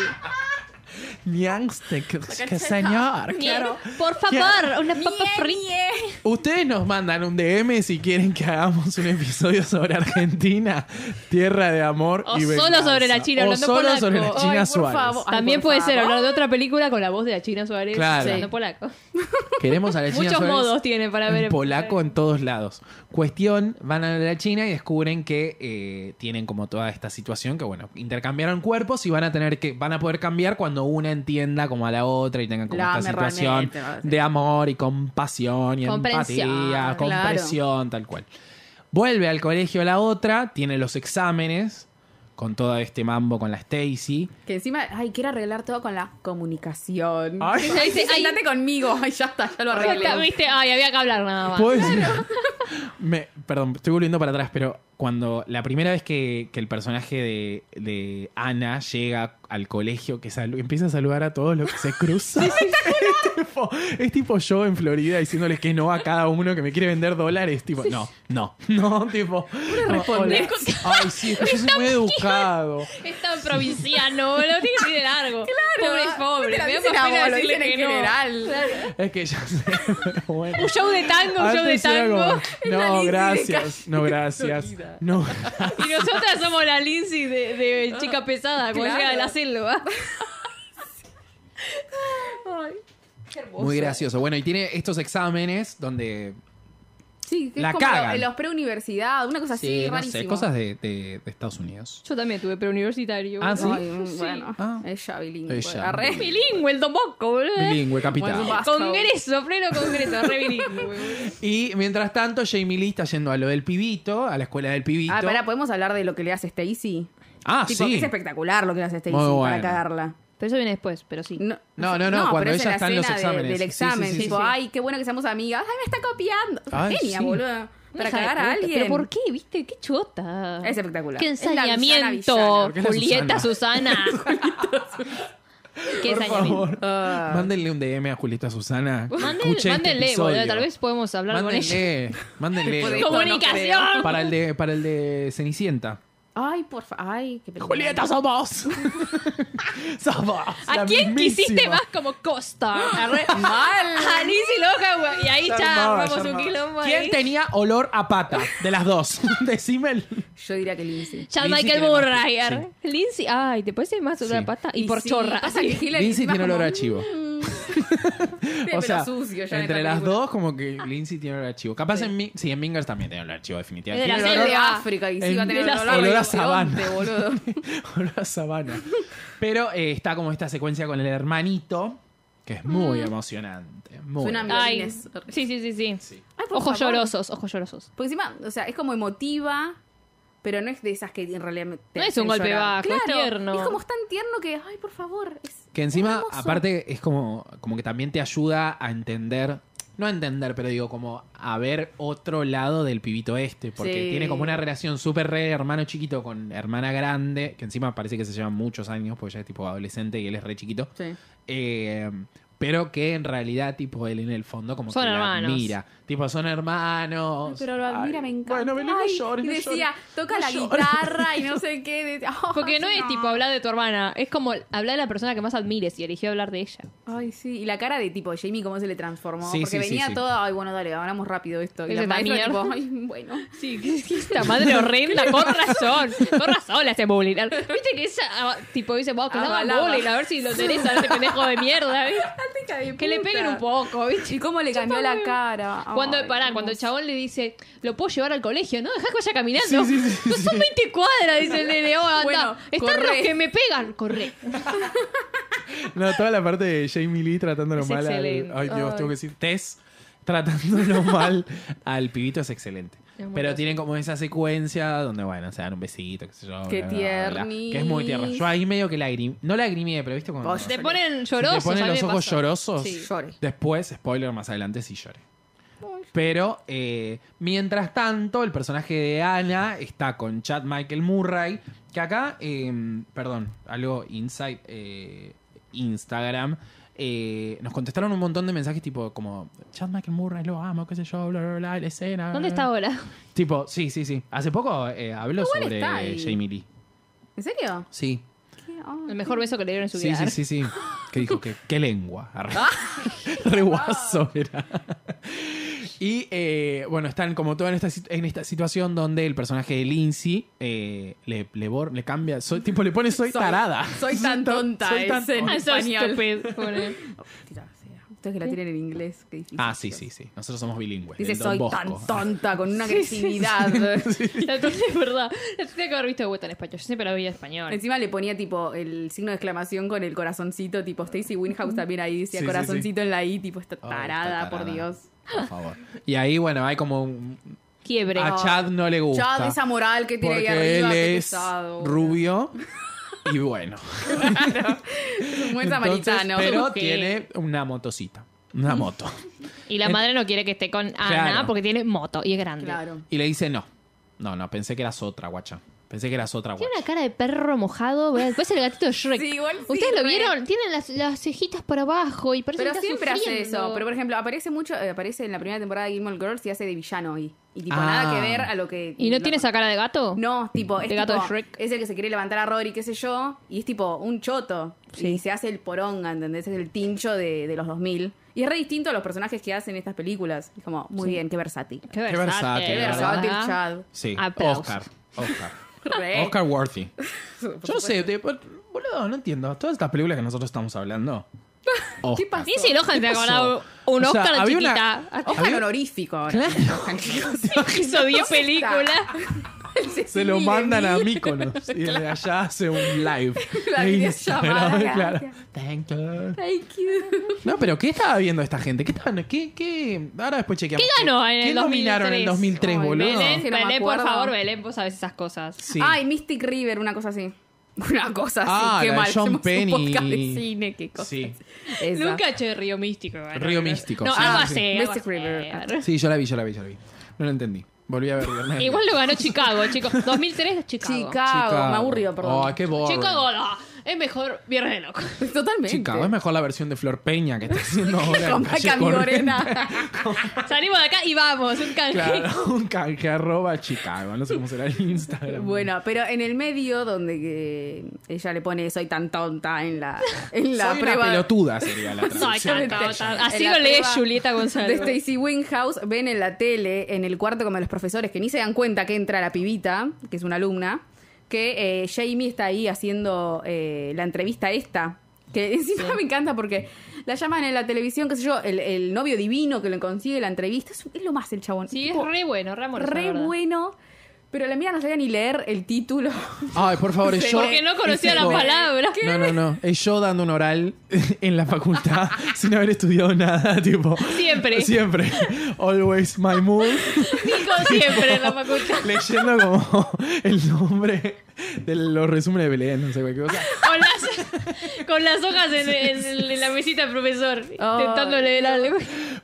A: Niangste, que, que señor. Claro.
C: Por favor, una papa frita.
A: Ustedes nos mandan un DM si quieren que hagamos un episodio sobre Argentina, tierra de amor
C: O
A: y
C: solo
A: venganza.
C: sobre la China
A: o
C: hablando
A: solo
C: polaco.
A: sobre la
C: Ay,
A: China
B: por
A: Suárez.
B: favor. Ay,
C: También
B: por
C: puede ser
B: favor.
C: hablar de otra película con la voz de la China Suárez
A: Claro.
C: hablando polaco.
A: Queremos a la China
C: Muchos
A: Suárez
C: modos tiene para ver.
A: en polaco en todos lados. Cuestión, van a la China y descubren que eh, tienen como toda esta situación que bueno, intercambiaron cuerpos y van a tener que van a poder cambiar cuando una entienda como a la otra y tengan como
B: Lame
A: esta situación
B: realmente, va a ser.
A: de amor y compasión y
C: Comprensión,
A: empatía,
C: claro.
A: compresión, tal cual. Vuelve al colegio la otra, tiene los exámenes, con todo este mambo con la Stacy.
B: Que encima, ay, quiero arreglar todo con la comunicación.
A: Ay.
B: Ella dice, sentate conmigo. Ay, ya está, ya lo
C: Ya está,
B: arreglé.
C: ¿viste? Ay, había que hablar nada más.
A: ¿Puedo decir? Me- perdón, estoy volviendo para atrás, pero cuando la primera vez que, que el personaje de, de Ana llega al colegio, que salu- empieza a saludar a todos los que se cruzan. es, tipo, es tipo yo en Florida diciéndoles que no a cada uno que me quiere vender dólares. Tipo, no, no, no, tipo. no,
B: respondés.
A: hola. Ay, sí, es que yo soy muy educado.
C: Es tan provinciano, lo tiene que decir de largo. Pobre, pobre.
B: No te la
C: Me da
B: dicen ah, a
C: más pena
B: vos, lo
C: decirle
B: dicen en
C: que no.
B: general.
A: Es que ya sé. pero bueno.
C: Un show de tango, un show de
A: Antes era
C: tango.
A: como,
B: Es la
A: no,
B: Lindsay de
A: gracias, no,
B: Calle
A: gracias.
B: Florida".
A: No,
C: Y nosotras somos la Lindsay de, de chica pesada, cuando
B: Ah, Claro.
C: llega de la selva.
A: Muy gracioso. Bueno, y tiene estos exámenes donde.
B: Sí, que
A: La
B: es como
A: cagan.
B: lo- los preuniversidad, una cosa así,
A: Sí, no
B: rarísimo.
A: sé, cosas de, de- de Estados Unidos.
C: Yo también tuve preuniversitario.
A: Ah, ¿sí?
B: Ay, bueno,
A: Ah.
B: ella bilingüe.
A: Ella.
B: Arre. Ah,
C: Bilingüe, el domboco, boludo. ¿eh?
B: Bueno,
A: Bilingüe, capital.
B: va.
C: Congreso, pleno congreso, re bilingüe. boludo.
A: Y mientras tanto, Jamie Lee está yendo a lo del pibito, a la escuela del pibito.
B: Ah, pará, ¿podemos hablar de lo que le hace Stacy?
A: Ah,
B: Tipo,
A: sí.
B: es espectacular lo que le hace Stacy
A: Muy
B: para
A: bueno.
B: cagarla.
C: Pero eso viene después, pero sí.
B: No,
A: No, no, no,
B: pero
A: cuando
B: es
A: ella
B: la
A: está en los
B: escena de-
A: exámenes.
B: del
A: Sí, sí,
B: examen,
A: sí, sí,
B: tipo,
A: sí.
B: ay, qué bueno que seamos amigas. Ay, me está copiando.
A: Ay,
B: Genia,
A: sí.
B: boluda. Para
C: Hija de
B: cagar a
C: puta,
B: alguien.
C: ¿Pero por qué, viste? ¡Qué chota!
B: Es espectacular.
C: ¡Qué
B: Es la villana
C: ensañamiento!
A: villana.
C: Julieta Susana. ¡Qué
A: Por
C: ensañamiento!
A: favor, mándenle un DM a Julieta Susana. que
C: Ah. Mándenle-
A: escuche este
C: mándenle, boludo,
A: episodio.
C: tal vez podemos hablar con
A: Mándenle,
B: Tipo
A: mándenle.
B: de-
C: ella. ¡Comunicación!
A: Para el de, para el de Cenicienta.
B: Ay, por favor. Ay, qué peligro.
A: Julieta, somos. somos.
C: ¿A
A: la
C: quién quisiste
A: mismísima.
C: más como Costa? Arre-
B: Mal.
C: A Lizzy Loca, güey. Y ahí
A: Ya
C: ya
A: armaba,
C: armamos
A: ya
C: un
A: armaba.
C: quilombo ahí.
A: ¿Quién tenía olor a pata? De las dos. Decime el.
B: Yo diría que Lindsay.
C: Chad
A: Lindsay
C: Michael
A: tiene más-
C: Murray. arre. Lindsay, ay, ¿te puedes ir más otra
A: Sí.
C: pata? Y,
B: Y
C: por
B: sí,
C: chorra.
B: pasa que Hillary
A: Lindsay
B: encima
A: tiene
B: como,
A: olor a chivo.
B: "Mm,
A: O sea,
B: pelo sucio ya en
A: entre
B: esta
A: las
B: película".
A: dos, como que Lindsay tiene olor a chivo. Capaz en Ming- sí, en Mingers también tiene olor a chivo, definitivamente.
C: Es de
A: Tiene
C: la
B: Es
A: olor,
B: de
C: Ah,
B: África y sí
A: en-
B: va a tener
C: de la
B: olor a
A: olor a
B: bisonte,
A: sabana.
B: boludo.
A: olor a sabana. Pero eh, está como esta secuencia con el hermanito, que es muy emocionante. Muy.
B: Suena
A: emocionante.
C: Ay,
B: Violines.
C: sí, sí, sí, sí.
A: Sí.
B: Ay, por
C: Ojos
B: favor.
C: llorosos, ojos llorosos.
B: Porque encima, o sea, es como emotiva, pero no es de esas que en realidad te
C: No es un
B: hacen
C: golpe
B: llorar.
C: bajo, es
B: Claro,
C: tierno.
B: Es como es tan tierno que, ay, por favor. es
A: Que encima,
B: hermoso.
A: aparte, es como, como que también te ayuda a entender, no a entender, pero digo, como a ver otro lado del pibito este, porque
B: Sí.
A: tiene como una relación súper re hermano chiquito con hermana grande, que encima parece que se llevan muchos años, porque ya es tipo adolescente y él es re chiquito,
B: Sí.
A: eh, pero que en realidad, tipo, él en el fondo como
C: Son
A: que la
C: hermanos.
A: admira. Tipo, son hermanos.
B: Pero lo
A: Ay,
B: admira, me encanta.
A: Bueno, Belén, no
B: Ay,
A: llores,
B: Y
A: no
B: decía,
A: llores.
B: toca
A: No
B: la
A: llores.
B: guitarra y no sé qué. decía, "Ay,
C: Porque no es tipo hablar de tu hermana, es como hablar de la persona que más admires y eligió hablar de ella.
B: Ay, sí. Y la cara de tipo Jamie, cómo se le transformó.
A: Sí,
B: Porque
A: sí, sí,
B: venía
A: sí.
B: todo, ay, bueno, dale, hablamos rápido esto. Y
C: Ese
B: la maestra,
C: también.
B: tipo, ay, bueno.
C: Sí, que, que esta madre horrenda, con razón. Con razón la hace bullying. Viste que esa ah, tipo dice, wow, que le hagan
B: Avalaba.
C: bullying, a ver si lo tenés a este pendejo de mierda, ¿viste? Que le peguen un poco, ¿viste?
B: Y cómo le cambió la cara.
C: Cuando,
B: Ay,
C: pará,
B: hermoso.
C: cuando el chabón le dice, lo puedo llevar al colegio, ¿no? Dejá que vaya caminando. no son 20 cuadras, dice el nene. Oh, anda.
B: Bueno,
C: Están
B: corré.
C: los que me pegan. Corre.
A: No, toda la parte de Jamie Lee tratándolo
C: Es
A: mal. al-
C: excelente.
A: ay, Dios,
C: Ay.
A: tengo que decir. Tess tratándolo mal al pibito es excelente.
C: Es
A: Pero
C: muy gracioso.
A: tienen como esa secuencia donde, bueno, se dan un besito, qué sé yo.
B: Qué
A: bla, bla, bla, bla,
B: tiernis.
A: Que es muy tierno. Yo ahí medio que lagrimé. No lagrimé, pero viste cuando.
B: Vos
A: se
C: Te ponen llorosos.
A: te ponen
C: a mí
A: los
C: me
A: ojos
C: pasó.
A: llorosos.
C: Sí.
B: Llore.
A: Después, spoiler más adelante, sí lloré. Pero, eh, mientras tanto, el personaje de Ana está con Chad Michael Murray, que acá, eh, perdón, algo inside eh, Instagram, eh, nos contestaron un montón de mensajes tipo como, Chad Michael Murray, lo amo, qué sé yo, bla, bla, bla, la escena.
C: ¿Dónde
A: bla,
C: está
A: bla".
C: ahora?
A: Tipo, sí, sí, sí. Hace poco eh, habló
B: Igual
A: sobre
B: está ahí.
A: Jamie Lee.
B: ¿En serio?
A: Sí,
B: ¿Qué? Ay.
C: El mejor beso que le dieron en su
A: Sí,
C: vida.
A: sí, sí, sí. Que dijo que qué lengua. Arre.
B: Ah.
A: Re guaso era. Y eh, bueno, están como todo en esta, sit- en esta situación donde el personaje de Lindsay eh, le, le, bor- le cambia. Soy, tipo, le pone soy tarada.
B: Soy tan
A: tan-
B: tonta.
A: soy tan
B: es en
A: tonta.
C: Ah, sos
B: español.
C: estúpido. Pone.
B: Tira, sea. Ustedes que la tienen en inglés. qué difícil.
A: Ah, sí, sí, sí. Nosotros somos bilingües.
B: Dice,
A: del Don
B: soy
A: Bosco.
B: tan tonta, con una agresividad.
C: La tuve, es verdad. La tenía que haber visto de vuelta en español. Yo siempre la veía en español.
B: Encima le ponía tipo el signo de exclamación con el corazoncito, tipo Stacy Winhouse también ahí decía
A: Sí, sí,
B: corazoncito en la I, tipo esta
A: Oh,
B: tarada,
A: está
B: por Dios.
A: Por favor. Y ahí, bueno, hay como un-
C: fiebre.
B: ah,
A: A Chad no le gusta.
B: Chad esa moral que tiene ahí
A: porque él
B: arriba, qué
A: es
B: pesado, boludo.
A: rubio y bueno.
B: Es un buen
A: Entonces,
B: samaritano.
A: pero
C: Sí.
A: tiene una motocita. Una moto.
C: Y la madre no quiere que esté con Ana
A: Claro.
C: porque tiene moto y es grande.
B: Claro.
A: Y le dice no. No, no, pensé que eras otra, guacha. Pensé que eras otra, guacha.
C: Tiene una cara de perro mojado. ¿verdad? Después el gatito de Shrek.
B: Sí, igual sí,
C: ¿Ustedes lo
B: re.
C: vieron? Tienen las, las cejitas por abajo y parece
B: Pero
C: que está
B: siempre hace
C: sufriendo.
B: eso. Pero por ejemplo, aparece mucho, eh, aparece en la primera temporada de Gilmore Girls y hace de villano y, y tipo
A: Ah.
B: nada que ver a lo que.
C: ¿Y no
B: lo-
C: tiene esa cara de gato?
B: No, tipo, es
C: De gato
B: tipo,
C: de Shrek.
B: es el que se quiere levantar a Rory, qué sé yo, y es tipo un choto. Y se hace el poronga, ¿entendés? Es el tincho de, de los 2000. Y es re distinto a los personajes que hacen estas películas. Es como, muy bien, qué versátil.
C: Qué
A: versátil,
B: Qué
A: Eh,
B: versátil, Chad.
A: Sí,
C: Aplausos.
A: Oscar. Oscar.
B: Re.
A: Oscar Worthy.
B: Por
A: Yo no
B: supuesto.
A: sé, te- por- boludo, no entiendo. Todas estas películas que nosotros estamos hablando.
B: ¿Qué
A: Oscar.
B: pasó?
C: Lindsay Lohan te ha ganado un
A: O sea,
C: Oscar
A: había
C: chiquita.
A: una-
B: Oscar
A: Había-
B: honorífico ahora.
C: Hizo 10 películas.
A: Se lo mandan a Míconos y desde allá hace un live.
B: La
A: de
B: videollamada,
A: Instagram, claro.
B: gracias.
A: Thank you.
B: Ay, qué-
A: No, pero ¿qué estaba viendo esta gente? ¿Qué, estaban- qué, qué- Ahora después chequeamos.
C: ¿Qué ganó en el
A: ¿Qué nominaron en el 2003,
B: 2003,
A: boludo?
B: Es
C: Belén,
B: que no me
C: Belén, por
B: acuerdo.
C: favor, Belén, vos sabés esas cosas.
A: Sí.
B: Ay, Mystic River, una cosa así. Una cosa así.
A: Ah,
B: qué
A: la de
B: mal.
A: John
B: Hicimos un
A: Penn y-
B: podcast de cine, qué cosa.
A: sí.
B: Esa.
C: Nunca eché Río Místico. bueno,
A: Río
C: no-
A: Místico,
C: No,
A: sí,
C: algo
A: sí.
C: así. algo
B: Mystic
C: así.
B: River.
A: Sí, yo la vi, yo la vi, yo la vi. No la entendí. Volví a ver. no la
C: Igual lo ganó Chicago, chicos. 2003 Chicago.
B: Chicago. Ah, Me aburrió,
A: oh, Ay,
B: perdón.
A: qué boring.
C: Chicago, no, es mejor Viernes de Loco.
B: Totalmente.
A: Chicago, es mejor la versión de Flor Peña que está haciendo ahora. en
B: Con
A: Calle
B: Maca
A: Corrientes.
B: Morena.
C: Salimos de acá y vamos, un canje.
A: Claro, un canje arroba Chicago. No sé cómo será el Instagram.
B: Bueno, pero en el medio donde que ella le pone soy tan tonta en la, en la
A: Soy
B: prueba
A: una pelotuda sería la
C: Soy
A: traducción.
C: tan tonta. Así
B: En
C: lo
B: la
C: lee
B: prueba
C: Julieta
B: de este
C: González.
B: Stacy Winghouse, ven en la tele, en el cuarto como los profesores que ni se dan cuenta que entra la pibita, que es una alumna, que eh, Jamie está ahí haciendo eh, la entrevista esta. Que encima me encanta porque la llaman en la televisión, qué sé yo, el, el novio divino que le consigue la entrevista. Es, es lo más el chabón.
C: Sí, es
B: Tipo,
C: re bueno, Ramón.
B: re bueno. Pero la mía no sabía ni leer el título.
A: Ay, por favor, es
B: Sí,
A: yo.
B: porque
C: no conocía
A: es
C: las
A: tipo-
C: palabras.
A: No, no, no. Es yo dando un oral en la facultad sin haber estudiado nada, tipo.
C: Siempre.
A: Siempre. Always my mood.
C: Nico siempre en la facultad.
A: Leyendo como el nombre de los resúmenes de Belén, no sé, cualquier cosa.
C: Con las, con las hojas en, en- en la mesita del profesor.
B: Oh,
C: Intentando
B: Ay,
C: leer algo.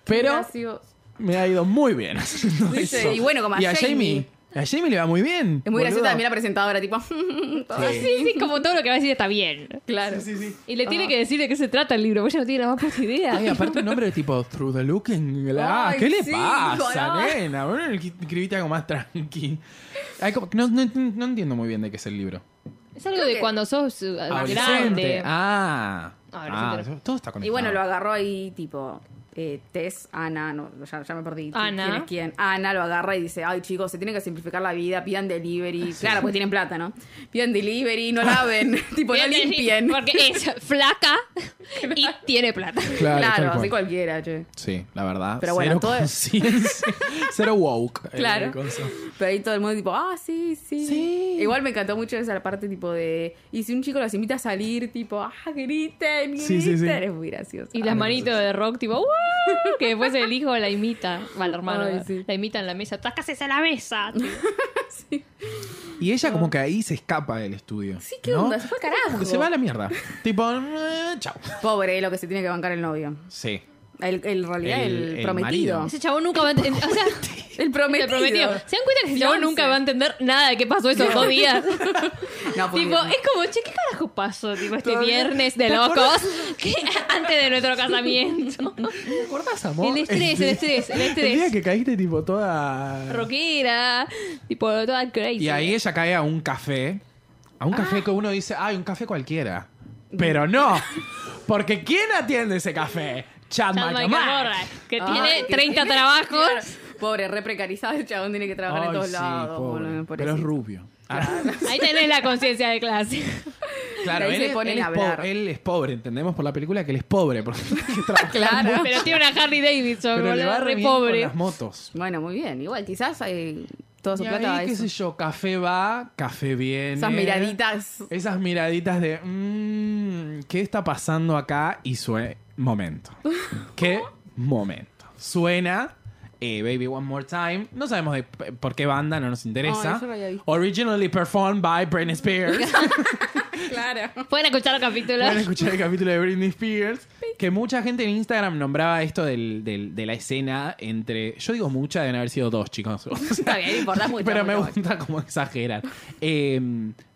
A: Pero
B: Gracioso.
A: me ha ido muy bien haciendo
B: Dice,
A: eso.
B: y bueno, como a
A: Y a Jamie.
B: Jamie.
A: A Jamie le va muy bien.
B: Es muy graciosa
A: boludo.
B: también la presentadora, tipo. todo así.
C: Sí, sí, como todo lo que va a decir está bien.
B: Claro. Ah.
C: Y le tiene que decir de qué se trata el libro, porque ella no tiene la más puta idea.
A: Ay, aparte un nombre tipo Through the Looking Glass.
B: Ay,
A: Ah, ¿Qué le
B: sí,
A: pasa,
B: no.
A: nena? Bueno, escribiste algo más tranqui. Ay, como- no, no- no entiendo muy bien de qué es el libro.
C: Es algo
B: Creo
C: de
B: que-
C: cuando sos uh, grande.
A: Adolescente. Ah.
C: Adolescente.
A: Ah, todo está conectado.
B: Y bueno, lo agarró ahí, tipo, eh, Tess, Ana, no, ya, ya me perdí.
C: Ana.
B: ¿Quién es quién? Ana lo agarra y dice, ay chicos, se tiene que simplificar la vida, pidan delivery. Claro, porque tienen plata, ¿no? Pidan delivery, no laven, tipo, no
C: Bien, bien,
B: limpien.
C: Porque es flaca y tiene plata.
A: Claro,
B: Claro,
A: tal cual.
B: así cualquiera, che.
A: Sí, la verdad.
B: Pero bueno,
A: cero
B: todo-
A: conciencia, cero woke. eh,
B: Claro.
A: cosa.
B: Pero ahí todo el mundo tipo, ah, sí, sí.
A: Sí.
B: Igual me encantó mucho esa parte tipo de, y si un chico los invita a salir, tipo, ah, griten, griten.
A: Sí, sí, sí.
B: Es muy gracioso. Ah,
A: Ah,
C: Y las manitos de rock, tipo, "Wow", que después el hijo la imita. Va, el hermano
B: Ay, sí.
C: la imita en la mesa. ¡Trácase a la mesa!
A: Y ella como que ahí se escapa del estudio.
B: Sí, ¿qué
A: ¿no?
B: onda? Se fue al carajo.
A: Como que se va a la mierda. tipo, eh, chao.
B: Pobre lo que se tiene que bancar el novio.
A: Sí.
B: El, el- en realidad,
A: El-
B: el,
A: el
B: prometido.
A: marido.
C: Ese chavo nunca va a entender. O sea,
B: El prometido.
C: el prometido. ¿Se dan cuenta que ese chavo
B: Johnson.
C: nunca va a entender nada de qué pasó esos dos días?
B: No, por
C: Tipo,
B: Dios.
C: es como, che, ¿qué carajo pasó? Tipo, este
A: Todavía-
C: viernes de locos. ¿Qué? Antes de nuestro casamiento.
A: ¿Te acordás, amor?
C: El estrés, el estrés, el estrés.
A: El día que caíste tipo toda...
C: Rockera. Tipo, toda crazy.
A: Y ahí ella cae a un café. A un
B: Ah.
A: café que uno dice, ay, un café cualquiera. Pero no. Porque ¿quién atiende ese café? Chad
C: Chad Michael
A: McNamara.
C: Murray, que
B: Ay,
C: tiene
B: Ah, que
C: 30
B: tiene-
C: trabajos.
B: Claro. Pobre, re precarizado el chabón tiene que trabajar en
A: Ay,
B: todos
A: sí,
B: lados.
A: pobre.
B: boludo,
A: Pero
B: pobrecito.
A: es rubio. Ah,
C: Ahí tenés la conciencia de clase.
A: Claro,
B: Ahí
A: él,
B: se
A: es-
B: ponen
A: él es
B: a
A: po-
B: hablar.
A: él es pobre, entendemos por la película que él es pobre. Porque tiene que trabajar
B: Claro.
A: mucho.
C: Pero tiene una Harley Davidson,
A: Pero le
C: boludo,
A: va re
C: re
A: bien con
C: pobre.
A: las motos.
B: Bueno, muy bien. Igual, quizás eh, toda su
A: Y
B: plata va a
A: ahí, qué
B: eso.
A: sé yo, café va, café viene.
B: Esas miraditas.
A: Esas miraditas de, "Mm, ¿qué está pasando acá? Y suena, momento. ¿Qué momento? Suena eh, Baby One More Time. No sabemos de p- por qué banda, no nos
D: Ay,
A: interesa.
D: eso no había visto.
A: Originally performed by Britney Spears.
B: Claro.
C: Pueden escuchar los capítulos.
A: Pueden escuchar el capítulo de Britney Spears. Que mucha gente en Instagram nombraba esto del- del- de la escena entre. Yo digo mucha, deben haber sido dos, chicos. O sea,
D: Está bien, no importa mucho.
A: pero me
D: mucho, mucho.
A: gusta como exagerar. Eh,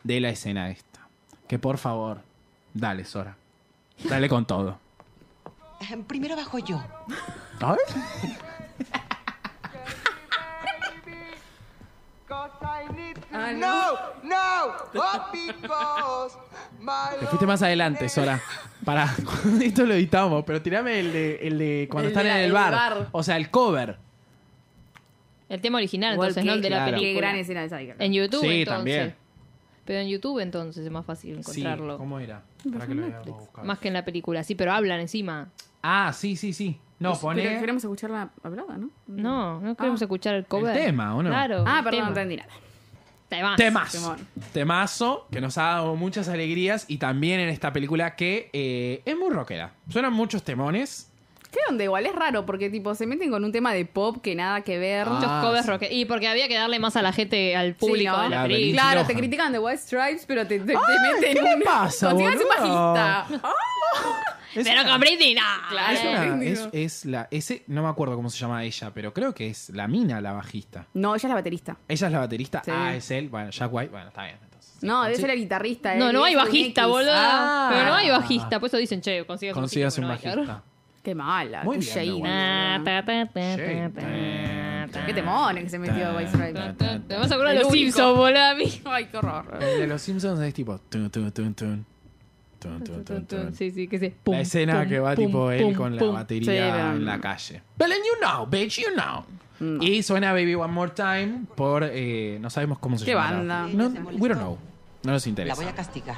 A: de la escena esta. Que por favor, dale, Sora. Dale con todo.
E: Primero bajo yo.
A: A ver.
E: No, no, oh, because my
A: Te fuiste más adelante, Sora. Para, esto lo editamos, pero tirame el de, el de cuando
D: El
A: están
D: de la-
A: en el
D: el
A: bar.
D: bar.
A: O sea, el cover.
C: El tema original,
D: Igual
C: entonces,
D: que-
C: ¿no? El de la
A: claro.
B: Qué
C: película.
B: gran escena de Tiger.
C: En YouTube,
A: Sí,
C: entonces.
A: también.
C: Pero en YouTube, entonces, es más fácil
A: Sí,
C: encontrarlo.
A: ¿Cómo era? Para que lo voy a buscar.
C: más que en la película, sí, pero hablan encima.
A: Ah, sí, sí, sí. No,
B: Pero
A: pone.
B: queremos escucharla hablada, ¿no?
C: No, no queremos
B: Ah.
C: escuchar el cover.
A: El tema, ¿o no?
C: Claro.
B: Ah, perdón,
C: el Mm, tema.
B: no entendí nada.
C: Temas.
A: Temazo.
B: Temón.
A: Temazo que nos ha dado muchas alegrías y también en esta película que eh, es muy rockera. Suenan muchos temones.
B: ¿Qué onda? Igual es raro porque tipo se meten con un tema de pop que nada que ver.
A: Ah,
B: Sí,
C: Muchos covers rock. Y porque había que darle más a la gente, al público
B: ¿no?
C: de la
A: Claro,
C: película.
B: Claro, te
A: Lohan.
B: critican de White Stripes, pero te, te- te meten
A: ¿qué le
B: un-
A: pasa,
B: Consigan su
A: boludo?
B: bajista. Ah,
A: Es
C: Pero
A: una-
C: con Britney, no.
B: Claro.
A: es una- es-
B: Digo.
A: es la. Ese, no me acuerdo cómo se llama ella, pero creo que es la mina, la bajista.
B: No, ella es la baterista.
A: Ella es la baterista.
B: Sí.
A: Ah, es él. Bueno, Jack White. Bueno, está bien. Entonces.
B: No, debe
A: Sí.
B: ser la guitarrista.
C: No,
B: él
C: no hay
B: es un
C: bajista,
B: X.
C: boludo.
A: Ah.
C: Pero no hay bajista. Por eso dicen, che, consigas un
A: Consigas un
C: bajista, porque no hay,
A: bajista.
B: Qué mala.
A: Muy
B: Muy
A: bien, la
B: bien.
C: claro. Ta, ta, ta,
A: Sí.
C: ta, ta, ta.
B: Qué temones que se metió White Stripes.
C: Ta, Te vas a acordar
B: El
C: de los
B: único.
C: Simpsons, boludo, a mí.
B: Ay, qué horror.
A: El de los Simpsons es tipo. tun, tun, tun, tun. Tun, tun, tun, tun.
C: Sí, sí, que sé. Pum,
A: La escena
C: pum,
A: que va
C: pum,
A: tipo él
C: pum,
A: con la
C: pum.
A: batería
B: Sí, pero-
A: en la calle. Belen, you know, bitch, you know. Y suena Baby One More Time por. eh, no sabemos cómo se
B: ¿Qué
A: llama.
B: banda?
A: No, we don't know. No nos
E: La
A: interesa.
E: voy a castigar.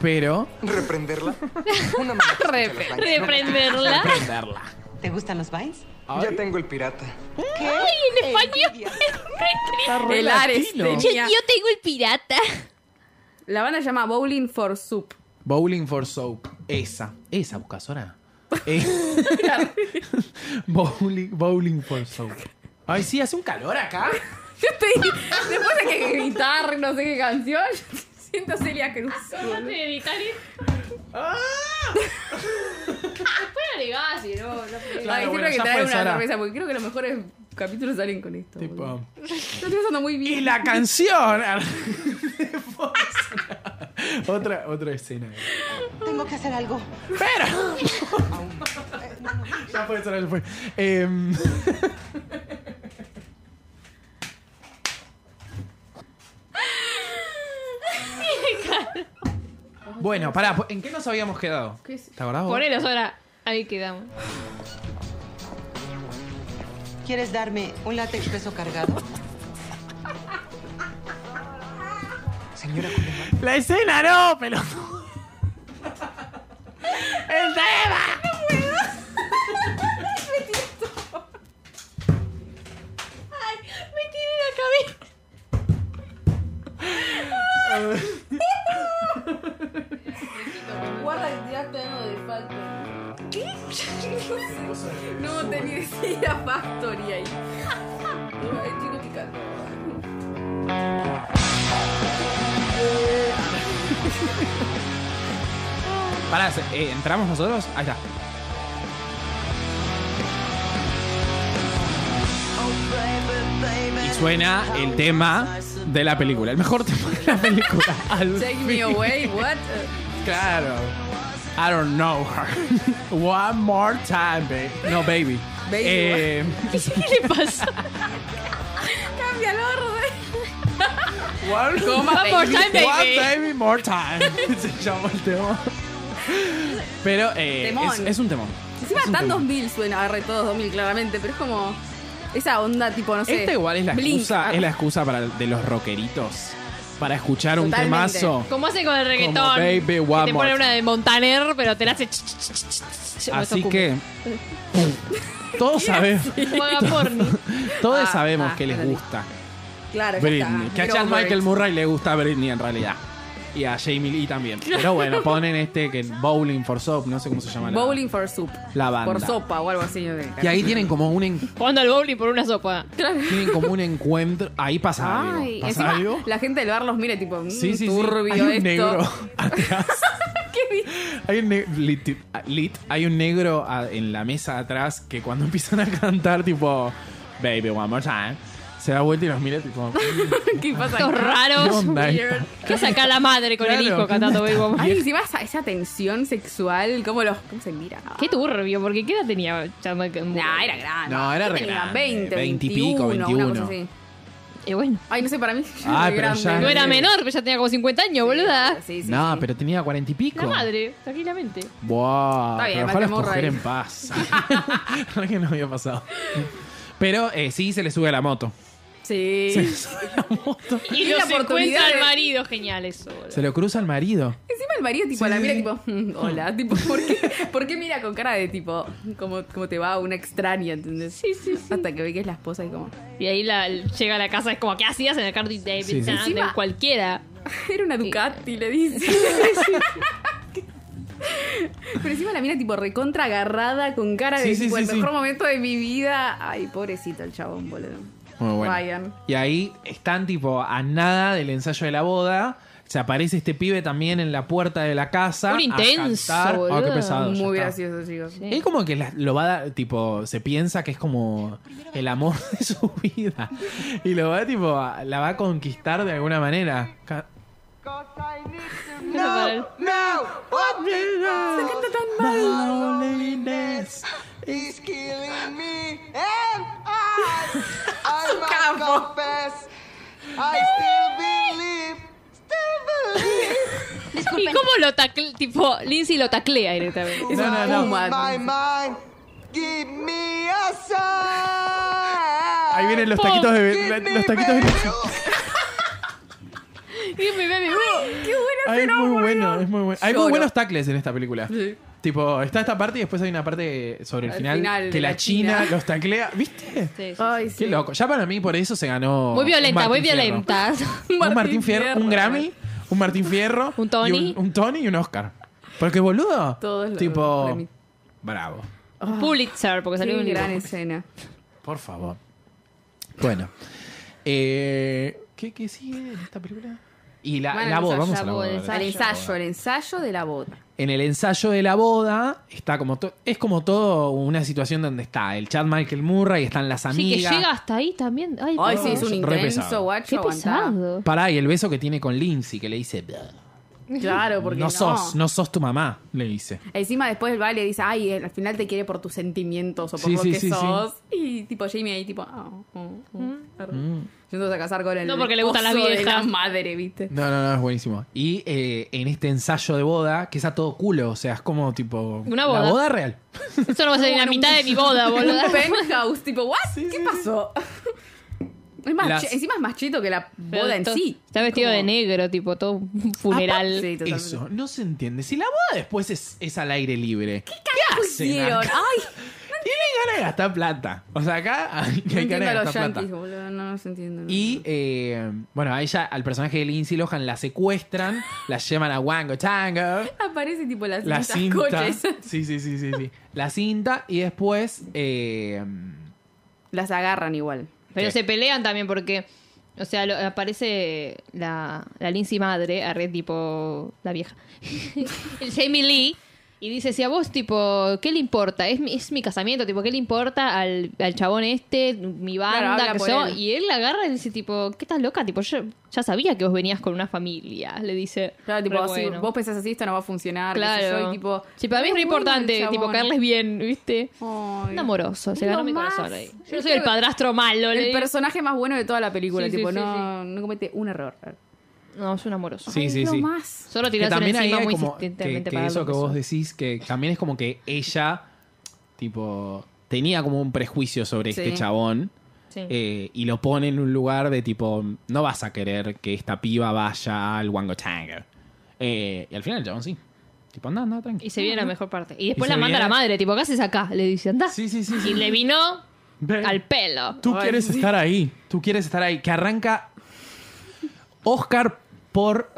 A: Pero.
F: ¿Reprenderla? Una mala escucha en los baños.
C: Reprenderla.
A: Prenderla.
E: ¿Te gustan los vines?
F: Ya tengo el pirata.
E: ¿Qué?
C: en español.
E: envidia.
B: El Ares
C: Che,
B: tenía-
C: yo tengo el pirata.
B: La banda se llama Bowling for Soup.
A: Bowling for Soap. Esa. Esa, buscasora. Eh, bowling, bowling for Soap. Ay, sí, hace un calor acá.
B: Yo estoy. Después de que gritar, no sé qué canción, yo siento Celia Cruz.
C: Después Legasi, no,
B: Ay,
A: Claro,
B: siempre
A: bueno,
B: hay que
A: ya
B: traer
A: fue,
B: una
A: Sara.
B: cerveza, porque creo que los mejores capítulos salen con esto. boludo.
A: Tipo.
B: Yo estoy pasando muy
A: Y
B: bien.
A: la canción. otra, otra escena.
E: Tengo que hacer algo.
A: Pero. ya fue, ya fue, ya fue. Em, bueno, pará, ¿en qué nos habíamos quedado?
B: ¿Qué es?
A: ¿Te acordás vos?
C: Ponelos ahora. Ahí quedamos.
E: ¿Quieres darme un latte expreso cargado?
F: Señora Coleman,
A: La escena no, pero. ¡El tema!
C: Me tiene la cabeza.
B: Guarda que tiraste algo de Factory. ¿Qué? No tenía idea Factory ahí. Ay, chico picante.
A: Pará, se- eh, ¿entramos nosotros? Ahí está. Y suena el tema de la película, el mejor tema de la película. Al
B: Take me
A: fin.
B: away, what?
A: Claro. I don't know her. One more time, baby. No, baby.
B: Baby,
A: Eh,
C: ¿Qué le pasa?
B: Cambia el orden.
A: one,
C: Vamos, time,
A: One
C: baby.
A: baby more time. Se llama el tema. Pero eh,
B: Temón.
A: es, es un temón.
B: Encima
A: Es un
B: tan
A: temón.
B: 2000 suena, agarré todos 2000 claramente, pero es como esa onda tipo, no sé.
A: Esta igual es la
B: Blink.
A: excusa,
B: Ah,
A: es la excusa para, de los rockeritos. Para escuchar un
B: Totalmente.
A: temazo.
C: Como hacen con el reggaetón.
A: Baby One
C: que te
A: More
C: ponen
A: Time.
C: una de Montaner, pero te la hace. ch- ch- ch- ch- ch- ch-
A: Así
C: eso
A: que. Todos sabemos.
C: como- como haga porno.
A: Todos
B: Ah,
A: sabemos
B: ah,
A: que les
B: dale.
A: gusta
B: Claro, ya
A: Britney.
B: está.
A: Que a
B: Get
A: Chad
B: over
A: Michael
B: it.
A: Murray le gusta Britney en realidad. y a Jamie Lee también. Pero bueno, ponen este que Bowling for Soap, no sé cómo se llama. la-
B: Bowling for Soup.
A: La banda.
B: Por sopa o algo así. yo creo.
G: Y ahí tienen como un, en-
C: Jugando al bowling por una sopa.
G: tienen como un encuentro.
A: Ahí pasa
B: Ay,
A: algo. ¿Pasa
B: encima
A: algo?
B: la gente del bar los mira tipo, mm,
A: Sí, sí, sí.
B: turbio
A: Hay un
B: esto.
A: negro atrás. Hay un ne- lit, lit- hay un negro a- en la mesa atrás que cuando empiezan a cantar, tipo, Baby, one more time, se da vuelta y los mira, tipo,
B: ¿Qué pasa?
C: Estos
A: ¿qué
C: raros.
A: onda esta?
B: Weird.
C: ¿Qué saca la madre con el
A: Claro.
C: hijo cantando Baby One More
B: Ay, encima esa, esa tensión sexual, cómo los. ¿Cómo se mira?
C: Qué turbio, porque ¿qué edad tenía Chad Michael Murray?
B: Nah, era grande.
A: No, era
B: Yo
A: re
B: tenía
A: grande,
B: 20,
A: 20 y
B: 21,
A: pico,
B: una cosa
A: 21.
B: así.
C: Y bueno,
B: Ay, no sé, para mí. yo
A: Ay,
B: era grande.
A: pero ya-
C: no era
A: Sí.
C: menor, pero ya tenía como 50 años, boluda.
B: Sí, sí,
A: no,
B: sí.
A: pero tenía cuarenta y pico.
C: La madre, tranquilamente.
A: Wow,
B: Está bien,
A: pero
B: Matt
A: déjalos
B: Murray.
A: coger en paz. No es que no había pasado. Pero eh, sí se le sube a la moto.
B: Sí.
A: Se le sube a la moto.
C: Y
B: Y
C: los
B: la
C: encuentra
B: oportunidad
C: al
B: de-
C: marido, genial eso, boludo.
A: Se lo cruza al marido.
B: Encima el marido, tipo, la mira, tipo, "Mm, hola, tipo, ¿por qué, ¿por qué mira con cara de tipo, como, como te va una extraña, ¿entendés?
C: Sí, sí, sí.
B: Hasta que ve que es la esposa y como.
C: Y ahí la, llega a la casa, es como, ¿qué hacías en el Cardi David?
A: Sí, sí.
B: Encima-
C: cualquiera.
B: Era una Ducati, le dice. Pero encima la mina tipo recontra agarrada con cara de
A: Sí, sí,
B: tipo
A: sí,
B: el
A: sí.
B: mejor momento de mi vida. Ay, pobrecito el chabón, boludo.
A: Muy bueno.
B: Ryan.
A: Y ahí están tipo a nada del ensayo de la boda. Se aparece este pibe también en la puerta de la casa.
C: Un
A: a
C: intenso,
A: cantar. Oh, qué
C: boludo.
A: pesado. ya
B: Muy
A: está.
B: gracioso, chicos.
A: Es como que la- lo va a dar, tipo, se piensa que es como el amor de su vida. Y lo va, tipo, a- la va a conquistar de alguna manera. Ca-
C: No.
F: No,
A: My loneliness.
F: he's killing me and I, I must
B: Capo.
F: confess, I still believe, still believe.
C: ¿Y cómo lo taclea? Tipo, Lindsay lo taclea directamente.
B: Es
A: No,
B: una
A: no, no.
B: puma.
F: My mind, give me a sign.
A: Ahí vienen los taquitos de
F: Give me
A: los taquitos de
F: baby.
C: Y me ve, me ve.
B: Qué buena
A: Ay, es
B: escena,
A: muy
B: boludo.
A: bueno, es muy bueno. Hay muy
B: Lloro.
A: buenos tacles en esta película.
B: Sí.
A: Tipo, está esta parte y después hay una parte sobre el
B: Al
A: final,
B: final
A: que
B: de
A: la
B: la
A: China,
B: China.
A: los taclea. ¿Viste?
C: Sí, sí.
B: Ay, sí.
A: Qué loco. Ya para mí por eso se ganó.
C: Muy violenta,
A: un Martín
C: muy
A: Fierro.
C: violenta.
A: Un Martín, Fierro, un Grammy, un Martín Fierro,
C: Un Tony.
A: y un, un Tony y un Oscar. Porque boludo.
B: Todos los
A: tipo
B: premios.
A: bravo.
C: Pulitzer, porque salió
B: Qué
C: un
B: gran escena.
A: Por favor. Bueno. Eh, ¿qué, ¿Qué sigue en esta película? Y la,
B: Bueno,
A: la
B: el
A: voz,
B: ensayo,
A: vamos a
C: la
A: la
C: voz,
A: voz.
C: el
B: El
C: Ensayo.
B: ensayo, el ensayo de la boda.
A: En el ensayo de la boda está como to- es como todo una situación donde está el Chad Michael Murray, están las
C: Sí, que
A: amigas.
C: llega hasta ahí también. Ay,
B: Ay,
C: por
B: sí, es un
A: Re
B: intenso,
A: pesado.
B: guacho.
C: Qué
B: aguantá.
C: pesado.
A: Pará, y el beso que tiene con Lindsay, que le dice,
B: Claro, porque
A: no sos, no sos tu mamá, le dice.
B: Encima después el baile dice, ay, al final te quiere por tus sentimientos o por
A: Sí,
B: lo
A: sí,
B: que
A: sí,
B: sos. Y tipo Jamie ahí tipo, ah, ah, ah, arre.
A: Mm.
B: Yéndose a casar con el
C: Mm. No, porque le gustan las
B: esposo de
C: viejas.
B: la madre, viste.
A: No, no, no, es buenísimo. Y eh, en este ensayo de boda, que es a todo culo, o sea, es como tipo. La
C: Una boda.
A: boda real.
C: Eso no va a ser en la mitad de mi boda, boludo.
B: Un penthouse, tipo, ¿what? ¿Qué pasó? Es más,
A: Las-
B: chi- encima es más chito que la
C: Pero
B: boda en
C: to-
B: sí.
C: Está vestido
B: Como- Ah,
C: de negro, tipo todo un funeral.
B: Sí, totalmente.
A: Eso, no se entiende. Si la boda después es, es al aire libre. ¿Qué
B: ¿Qué
A: hacen
B: hicieron?
A: acá?
B: Ay,
A: Tienen ganas de gastar plata. O sea, acá hay,
B: no
A: hay
B: entiendo
A: ganas
B: a
A: de
B: los
A: gastar plata.
B: yankees, boludo. No los entiendo. no.
A: Y eh, bueno, a ella, al personaje de Lindsay Lohan, la secuestran, la llevan a Wango Tango.
B: aparece tipo las
A: La
B: cintas
A: cinta.
B: coches.
A: Sí, sí, sí, sí, sí. La cinta y después. eh,
B: Las agarran igual.
C: Pero
A: Sí.
C: se pelean también porque, o sea, lo- aparece la, la Lindsay madre, a red tipo la vieja, el Jamie Lee, y dice, si a vos tipo, ¿qué le importa? Es mi, es mi casamiento, tipo, ¿qué le importa al, al chabón este, mi banda,
B: habla
C: que
B: por
C: yo?
B: él.
C: Y él la agarra y dice, tipo, ¿qué estás loca? Tipo, yo ya sabía que vos venías con una familia, le dice.
B: Claro, tipo,
C: Pero
B: si
C: bueno.
B: vos pensás así, esto no va a funcionar. qué sé
C: Claro.
B: yo, y tipo,
C: sí, para mí es
B: re
C: re importante,
B: bueno el
C: tipo,
B: chabón.
C: caerles bien, ¿viste?
B: Ay.
C: Un amoroso, se
B: Es
C: ganó
B: lo
C: mi
B: más.
C: corazón ahí. Yo
B: Es
C: soy el
B: que-
C: padrastro malo, le
B: El
C: digo.
B: personaje más bueno de toda la película,
C: Sí, sí,
B: tipo,
C: sí,
B: no, no comete un error.
C: No, es un amoroso.
A: sí, sí,
B: Es lo
A: sí.
B: más.
C: Solo
A: Que
C: tirarse
A: también ahí
C: encima
A: hay
C: muy
A: como. Que,
C: insistentemente
A: que
C: para
A: eso
C: lo
A: que
C: son.
A: vos decís, que también es como que ella, tipo, tenía como un prejuicio sobre
B: Sí.
A: este chabón.
C: Sí.
A: eh, y lo pone en un lugar de tipo, no vas a querer que esta piba vaya al Wango Tango. Eh, y al final el chabón sí. Tipo, anda, anda, tranqui.
C: y se viene la mejor parte. Y después
A: Y se
C: la manda a la
A: viene-
C: madre, tipo, ¿qué haces acá? Le dice, andá.
A: Sí, sí, sí, sí.
C: Y le vino
A: Ve.
C: al pelo.
A: Tú
B: Ay,
A: quieres
B: sí.
A: estar ahí. Tú quieres estar ahí. Que arranca Oscar por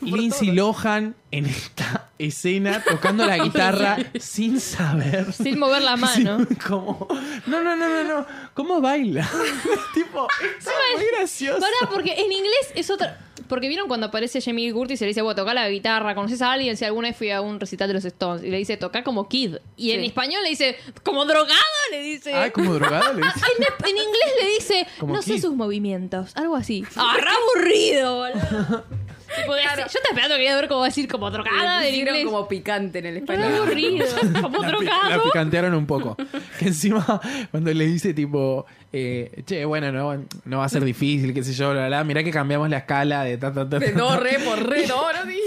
A: Lindsay Lohan en esta escena tocando la guitarra sin saber.
C: Sin mover la mano.
A: Sin- como, no, no, no, no, no. ¿Cómo baila? tipo, esto es muy gracioso.
C: Pará, porque en inglés es otra. Porque vieron cuando aparece Jamie Curtis y le dice, bueno, toca la guitarra, conoces a alguien, si alguna vez fui a un recital de los Stones, y le dice, toca como kid. Y en
B: Sí.
C: español le dice, como drogado, le dice.
A: Ay, Ah, como drogado le dice.
C: En, en inglés le dice,
A: Como
C: no sé
A: Kid.
C: sus movimientos, algo así. ¡Arra Ah, aburrido, boludo! Tipo, Yo estaba esperando que iba a ver cómo decir como drogada
B: Le
C: en
B: pusieron
C: inglés.
B: como picante en el
C: Re
B: español.
C: aburrido, como
A: La pi-
C: drogado.
A: La picantearon un poco. Que encima, cuando le dice, tipo, eh, che, bueno, no, no va a ser difícil, qué sé yo, la, la, mirá que cambiamos la escala de ta, ta, ta,
B: De
A: ta,
B: do,
A: ta.
B: re, por re, do, ¿no? Sí.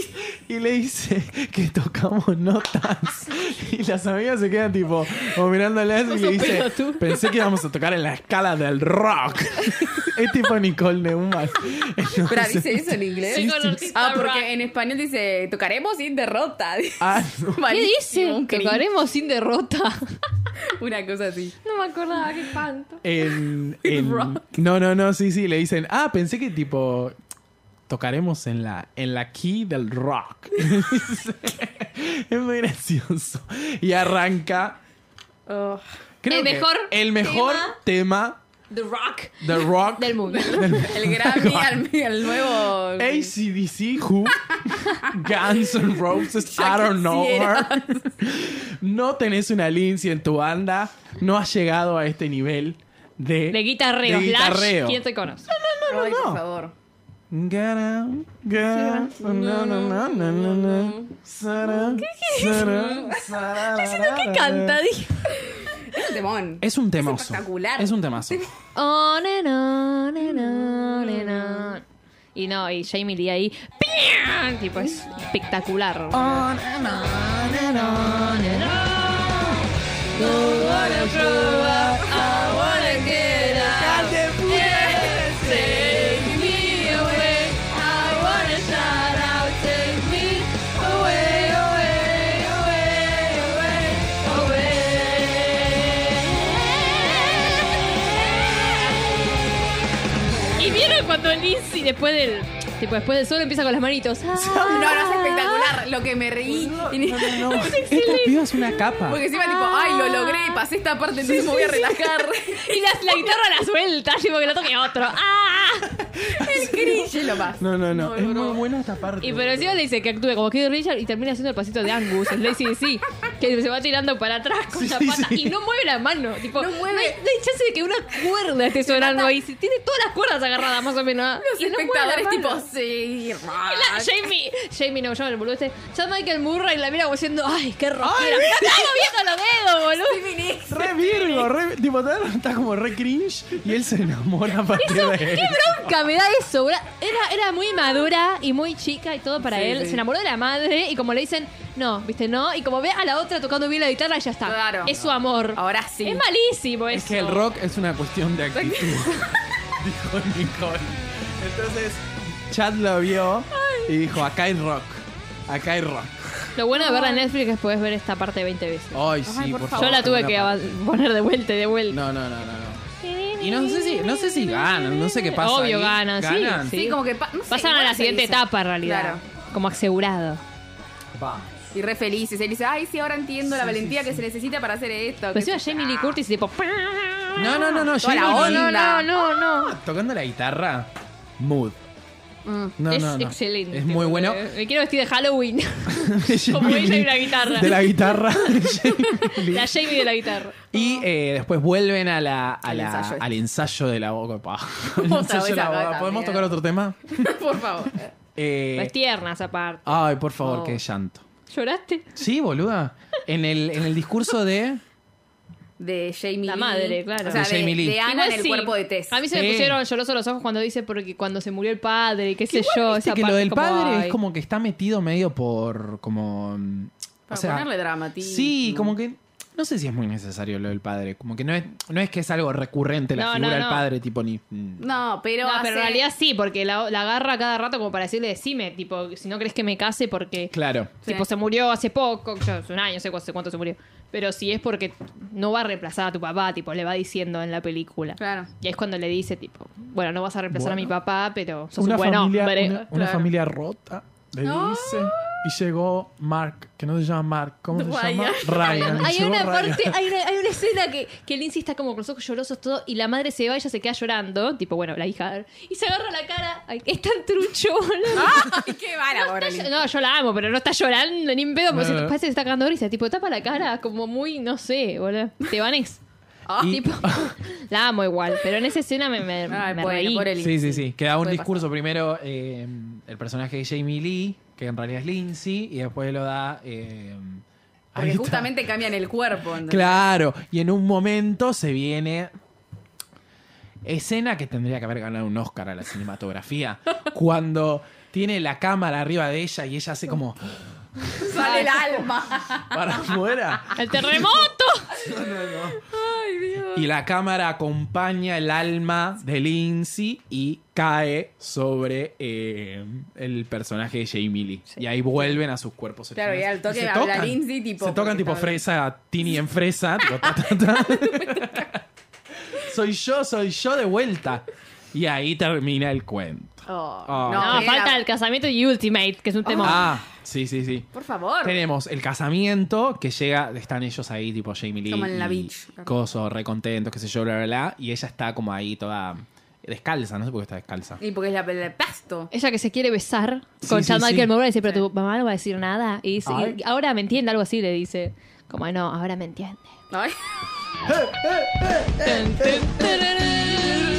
A: Y le dice que tocamos notas. Y las amigas se quedan, tipo, como mirándolas y le dice, pensé que íbamos a tocar en la escala del rock. es tipo Nicole Neumann.
B: Espera,
A: Entonces-
B: ¿dice eso en inglés?
C: Soy colorcista
B: Ah,
C: rock.
B: porque en español dice, tocaremos sin derrota.
A: Ah, no.
C: ¿Qué
B: Malísimo,
C: dice?
B: un cringe.
C: Tocaremos sin derrota.
B: Una cosa así.
C: No me acordaba, qué espanto.
A: En, en- no, no, no, sí, sí, le dicen, ah, pensé que tipo tocaremos en la en la key del rock. es muy gracioso. Y arranca
B: Oh.
A: creo
C: El
A: que
C: mejor
A: el mejor tema,
C: The Rock
A: del rock
C: del mundo.
B: El Grammy al, al nuevo...
A: ACDC, Who, Guns N' Roses, I don't know her. No tenés una Lindsay en tu banda, no has llegado a este nivel de
C: De guitarreo.
A: de
C: Flash,
A: guitarreo.
C: ¿Quién te conoce?
B: Ay,
A: no.
B: por favor.
A: Gara, gara, na, na, na, na, na, na, sara, sara, sara,
C: ¿Qué
A: sara.
C: canta? Dije.
B: Es un temón.
A: Es un temazo.
B: espectacular.
A: Es un temazo.
C: On and on and on and on. Y no, y Jamie Lee ahí. ¡pian! Tipo, es espectacular. Y vieron cuando Lizzy después del. Tipo, después del solo empieza con las manitos.
B: No, no,
C: Ah.
B: es espectacular. Lo que me reí.
A: No, no, Esta piba es una capa.
B: Porque encima tipo, ay, lo logré, pasé esta parte, entonces me voy a relajar.
C: Y la, la guitarra la suelta, tipo que la toque otro. ¡Ah!
B: El cringe lo más.
A: No, no, no. Es muy buena esta parte.
C: Y pero encima le dice que actúe como Kid Richard y termina haciendo el pasito de Angus, el Lazy sí que se va tirando para atrás con
A: Sí,
C: la
A: sí,
C: pata
A: sí.
C: y no mueve la mano. Tipo,
B: No
C: no,
B: mueve.
C: hay, no hay chance de que una cuerda esté sonando ahí. Si Tiene todas las cuerdas agarradas, más o menos. ¿ah?
B: Los
C: y no mueve la
B: espectadores
C: mano.
B: tipo, "Ah, sí,
C: Y la- Jamie, Jamie no, yo el boludo este. Ya Michael Murray la mira como diciendo, ay, qué rockera. ¡Está moviendo los dedos, boludo!
A: Re Virgo, re, tipo, está como re cringe y él se enamora a partir de él.
C: ¡Qué bronca me da eso! boludo. Era, era muy madura y muy chica y todo para
B: Sí,
C: él.
B: sí.
C: Se enamoró de la madre y como le dicen, no, viste, no. Y como ve a la otra tocando bien la guitarra, ya está.
B: Claro.
C: Es su amor.
B: Ahora sí.
C: Es malísimo
A: Es
C: eso.
A: que el rock es una cuestión de actitud, dijo Nicole. Entonces, Chad lo vio y dijo, acá hay rock, acá hay rock.
C: Lo bueno de verla en Netflix es poder ver esta parte 20 veces.
A: Ay, sí, por, favor.
C: Yo la tuve
A: una
C: que
A: Oh, parte.
C: av- poner de vuelta y de vuelta.
A: No, no, no, no. no. Y no sé si, no sé si ganan, no sé qué pasa
C: Obvio,
A: ahí.
C: ganan, sí, sí.
B: Sí, como que pa- no sé,
C: Pasan a
B: igual
C: la
B: se
C: siguiente
B: dice.
C: etapa en realidad. Como asegurado.
A: Va.
B: Y re felices. Él dice, ay, sí, ahora entiendo la valentía que se necesita para hacer esto.
C: Pero
B: que-
C: Pues encima Jamie Lee Curtis tipo.
A: No, no,
C: Ah,
A: no, no.
B: Toda la
A: Jamie Lee
B: onda.
C: no, no, no, no.
A: Tocando la guitarra, mood. No,
C: es
A: no, no.
C: excelente.
A: Es muy bueno.
C: boludo. Me quiero vestir de Halloween. Como
A: Jamie
C: ella y
A: Lee
C: una guitarra.
A: De la guitarra. Jamie Lee.
C: La Jamie de la guitarra.
A: Y eh, después vuelven a la, a
B: Al
A: la-
B: ensayo.
A: al ensayo de la boca. pa. Al
B: Otra
A: ensayo
B: vez
A: de la
B: acá
A: boca.
B: también.
A: ¿Podemos tocar otro tema?
B: Por favor.
A: Eh, Ah.
C: Es tierna esa parte.
A: ay, por favor,
B: Oh.
A: qué llanto.
C: ¿Lloraste?
A: Sí, boluda. En el, en el discurso de...
B: De Jamie
C: La
B: Lee.
C: madre, claro.
B: O sea,
A: De
B: de,
A: Jamie Lee.
B: de Ana
C: Igual
B: en el
C: sí.
B: cuerpo de Tess.
C: A mí se
A: Sí.
C: me pusieron llorosos los ojos cuando dice porque cuando se murió el padre y qué sé yo.
A: Viste
C: Esa
A: que
C: parte
A: lo del
C: como,
A: padre
C: ay.
A: es como que está metido medio por... como... mm,
B: Para
A: o sea,
B: ponerle dramatismo.
A: Sí, como que... No sé si es muy necesario lo del padre. Como que no es, no es que es algo recurrente la
C: No,
A: figura
C: no,
A: del
C: no.
A: padre, tipo ni... mm.
B: No, pero.
C: No,
B: hace-
C: pero en realidad sí, porque la, la agarra cada rato como para decirle, decime, tipo, si no crees que me case porque...
A: Claro.
C: Tipo,
B: Sí.
C: se murió hace poco, yo, hace un año, no sé cuánto, cuánto se murió. Pero si es porque no va a reemplazar a tu papá, tipo, le va diciendo en la película.
B: Claro.
C: Y es cuando le dice, tipo, bueno, no vas a reemplazar a mi
A: Bueno.
C: papá, pero sos
A: Una,
C: un buen
A: familia,
C: hombre.
A: una, una
B: Claro.
A: familia rota.
H: le dice. Y llegó Mark, que no se llama Mark, ¿cómo se llama? Ryan. y
C: Hay
H: llegó
C: una
H: Ryan.
C: parte, hay una, hay una escena que, que Lindsay está como con los ojos llorosos todo y la madre se va y ella se queda llorando, tipo, bueno, la hija, y se agarra la cara, ay, es tan truchona.
B: Ay, qué vara,
C: No,
B: pobre
C: está-
B: Lin.
C: no, yo la amo, pero no está llorando ni en pedo, porque
H: No,
C: se-
H: no.
C: parece que se está cagando de risa, tipo, tapa la cara como muy, no sé, boludo, te vanes.
B: Ah,
C: Tipo, la amo igual, pero en esa escena me, me,
B: Ay,
C: me
B: bueno,
C: reí.
B: pobre Lin.
A: Sí, sí, sí. Que da un
B: Puede
A: discurso primero eh, el personaje de Jamie Lee, que en realidad es Lindsay, y después lo da. eh, ahí
B: Porque
A: está.
B: justamente cambian el cuerpo. ¿entendés?
A: Claro, y en un momento se viene. Escena que tendría que haber ganado un Oscar a la cinematografía. cuando tiene la cámara arriba de ella y ella hace como.
B: Sale el alma.
A: para afuera.
C: ¡El terremoto!
A: Y la cámara acompaña el alma de Lindsay y cae sobre eh, el personaje de Jamie Lee. Y ahí vuelven a sus cuerpos
B: Claro,
A: originales.
B: y al toque
A: se
B: habla
A: tocan.
B: Lindsay, tipo,
A: Se tocan
B: porque
A: tipo
B: estaba-
A: fresa, Tini en fresa. tipo, ta, ta, ta. soy yo, soy yo de vuelta. Y ahí termina el cuento. Oh.
C: No,
B: pero
C: falta
B: era-
C: el casamiento y Ultimate, que es un tema.
A: Ah, sí, sí, sí.
B: Por favor.
A: Tenemos el casamiento que llega, están ellos ahí, tipo Jamie Lee.
B: Como en la
A: y
B: beach.
A: Coso, re contentos, qué sé yo, bla, bla, bla. Y ella está como ahí toda descalza, no sé por qué está descalza.
B: Y porque es la pelea de pasto.
C: Ella que se quiere besar
A: Sí,
C: con
A: sí,
C: Chad
A: sí.
C: Michael Murray dice, pero tu mamá no va a decir nada. Y dice,
A: Ay.
C: "Y ahora me entiende, algo así le dice. Como, no, ahora me entiende.
B: Ay.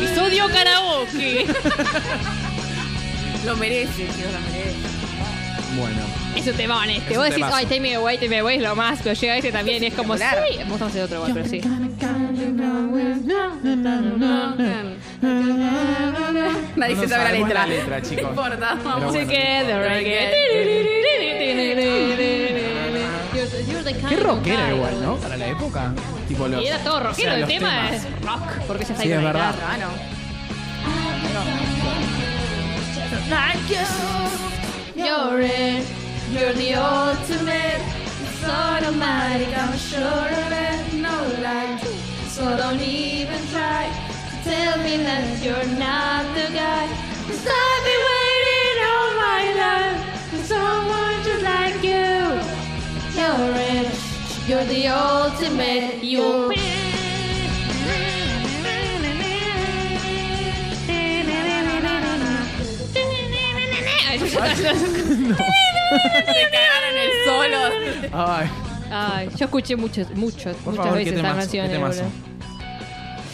C: Episodio karaoke.
B: Lo merece, Dios lo merece.
A: Bueno,
C: es un temón este.
A: Es
C: Vos
A: un
C: decís,
A: temazo.
C: ay, Take Me Away, Take Me Away es lo más, pero llega este también y es como, sí.
B: espectacular.
C: Vamos a hacer otro igual, pero sí.
B: Nadie se
A: No
B: sabe la
A: sabemos
B: letra.
A: la letra, chicos.
B: No importa, vamos.
A: bueno.
C: Together again. You're- you're the kind
A: qué
C: of
A: rockera
C: guy.
A: igual, ¿no? Para la época. Tipo los,
C: Y era todo rockero,
A: o sea,
C: el
A: los
C: tema
A: temas.
C: es rock, porque ya está
A: Sí,
C: ahí
A: es
C: con la
A: verdad.
C: guitarra.
B: Ah, no.
C: You're it. You're the ultimate. It's automatic. I'm sure of it. No lie. So don't even try to tell me that you're not the guy. Cause I've been waiting all my life for someone just like you. You're it. You're the ultimate. You'll be.
B: Cagaron el solo.
A: Ay,
C: Ay, yo escuché muchos, muchos,
A: por
C: muchas
A: favor, qué
C: veces estas
A: temazo, qué
C: canciones.
A: temazo.
C: boludo.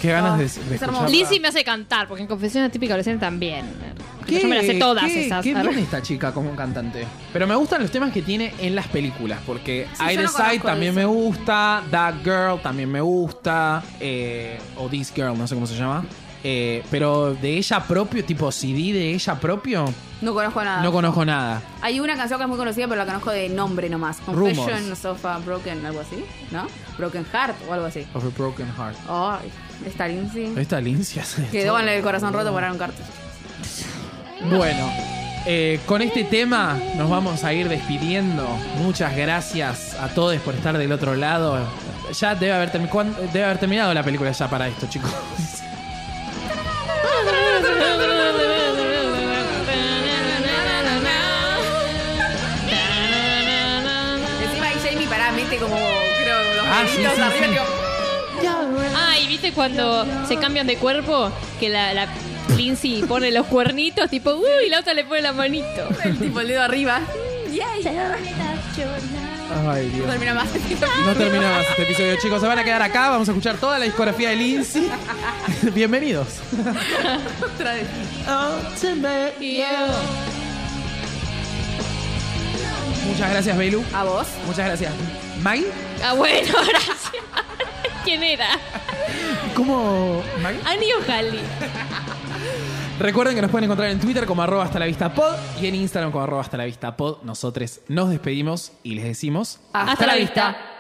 A: Qué ganas de, de
B: Ah, es hermoso.
A: escucharla.
C: Lizzy me hace cantar, porque en Confesión Atípica Adolescente también.
A: ¿Qué-
C: Yo me las sé todas
A: qué-
C: esas.
A: Qué bien esta chica como cantante. Pero me gustan los temas que tiene en las películas, porque
B: Sí, yo
A: Iron
B: no
A: Sight
B: conozco
A: también
B: de
A: me gusta, That Girl también me gusta, eh, o This Girl, no sé cómo se llama. Eh, pero de ella propio, tipo CD de ella propio,
B: No conozco
C: Ah.
B: nada.
A: no conozco nada.
B: Hay una canción que es muy conocida, pero la conozco de nombre nomás. Confession
A: Rumors.
B: of a Broken, algo así, ¿no? Broken Heart o algo así.
A: Of a Broken Heart.
B: Ay, está Lindsay.
A: Esta Lindsay hace de
B: Quedó
A: todo.
B: con el corazón roto por Aaron Carter.
A: Bueno, eh, con este tema nos vamos a ir despidiendo. Muchas gracias a todos por estar del otro lado. Ya debe haber, termi- ¿cuán- debe haber terminado la película ya para esto, chicos.
B: Encima ahí Jamie pará, mete como, creo, los
A: Ah, sí,
B: deditos
A: sí,
B: arriba.
A: sí.
B: digo,
C: Ah, y viste cuando se cambian de cuerpo, que la, la Lindsay pone los cuernitos, tipo, uy, y la otra le pone la manito.
B: el tipo el dedo arriba.
A: Ay,
B: No
A: Dios.
B: termina más.
A: No termina más este episodio, chicos. Se van a quedar acá. Vamos a escuchar toda la discografía de Lindsay. Bienvenidos.
B: Otra vez.
A: Muchas gracias, Belu.
B: A vos.
A: Muchas gracias. Maggie,
C: Ah, bueno, gracias. ¿Quién era?
A: ¿cómo? Maggie?
C: Ani O'Halley.
A: Recuerden que nos pueden encontrar en Twitter como arroba hasta la vista pod y en Instagram como arroba hasta la vista pod. Nosotros nos despedimos y les decimos
B: Hasta
C: Hasta la vista.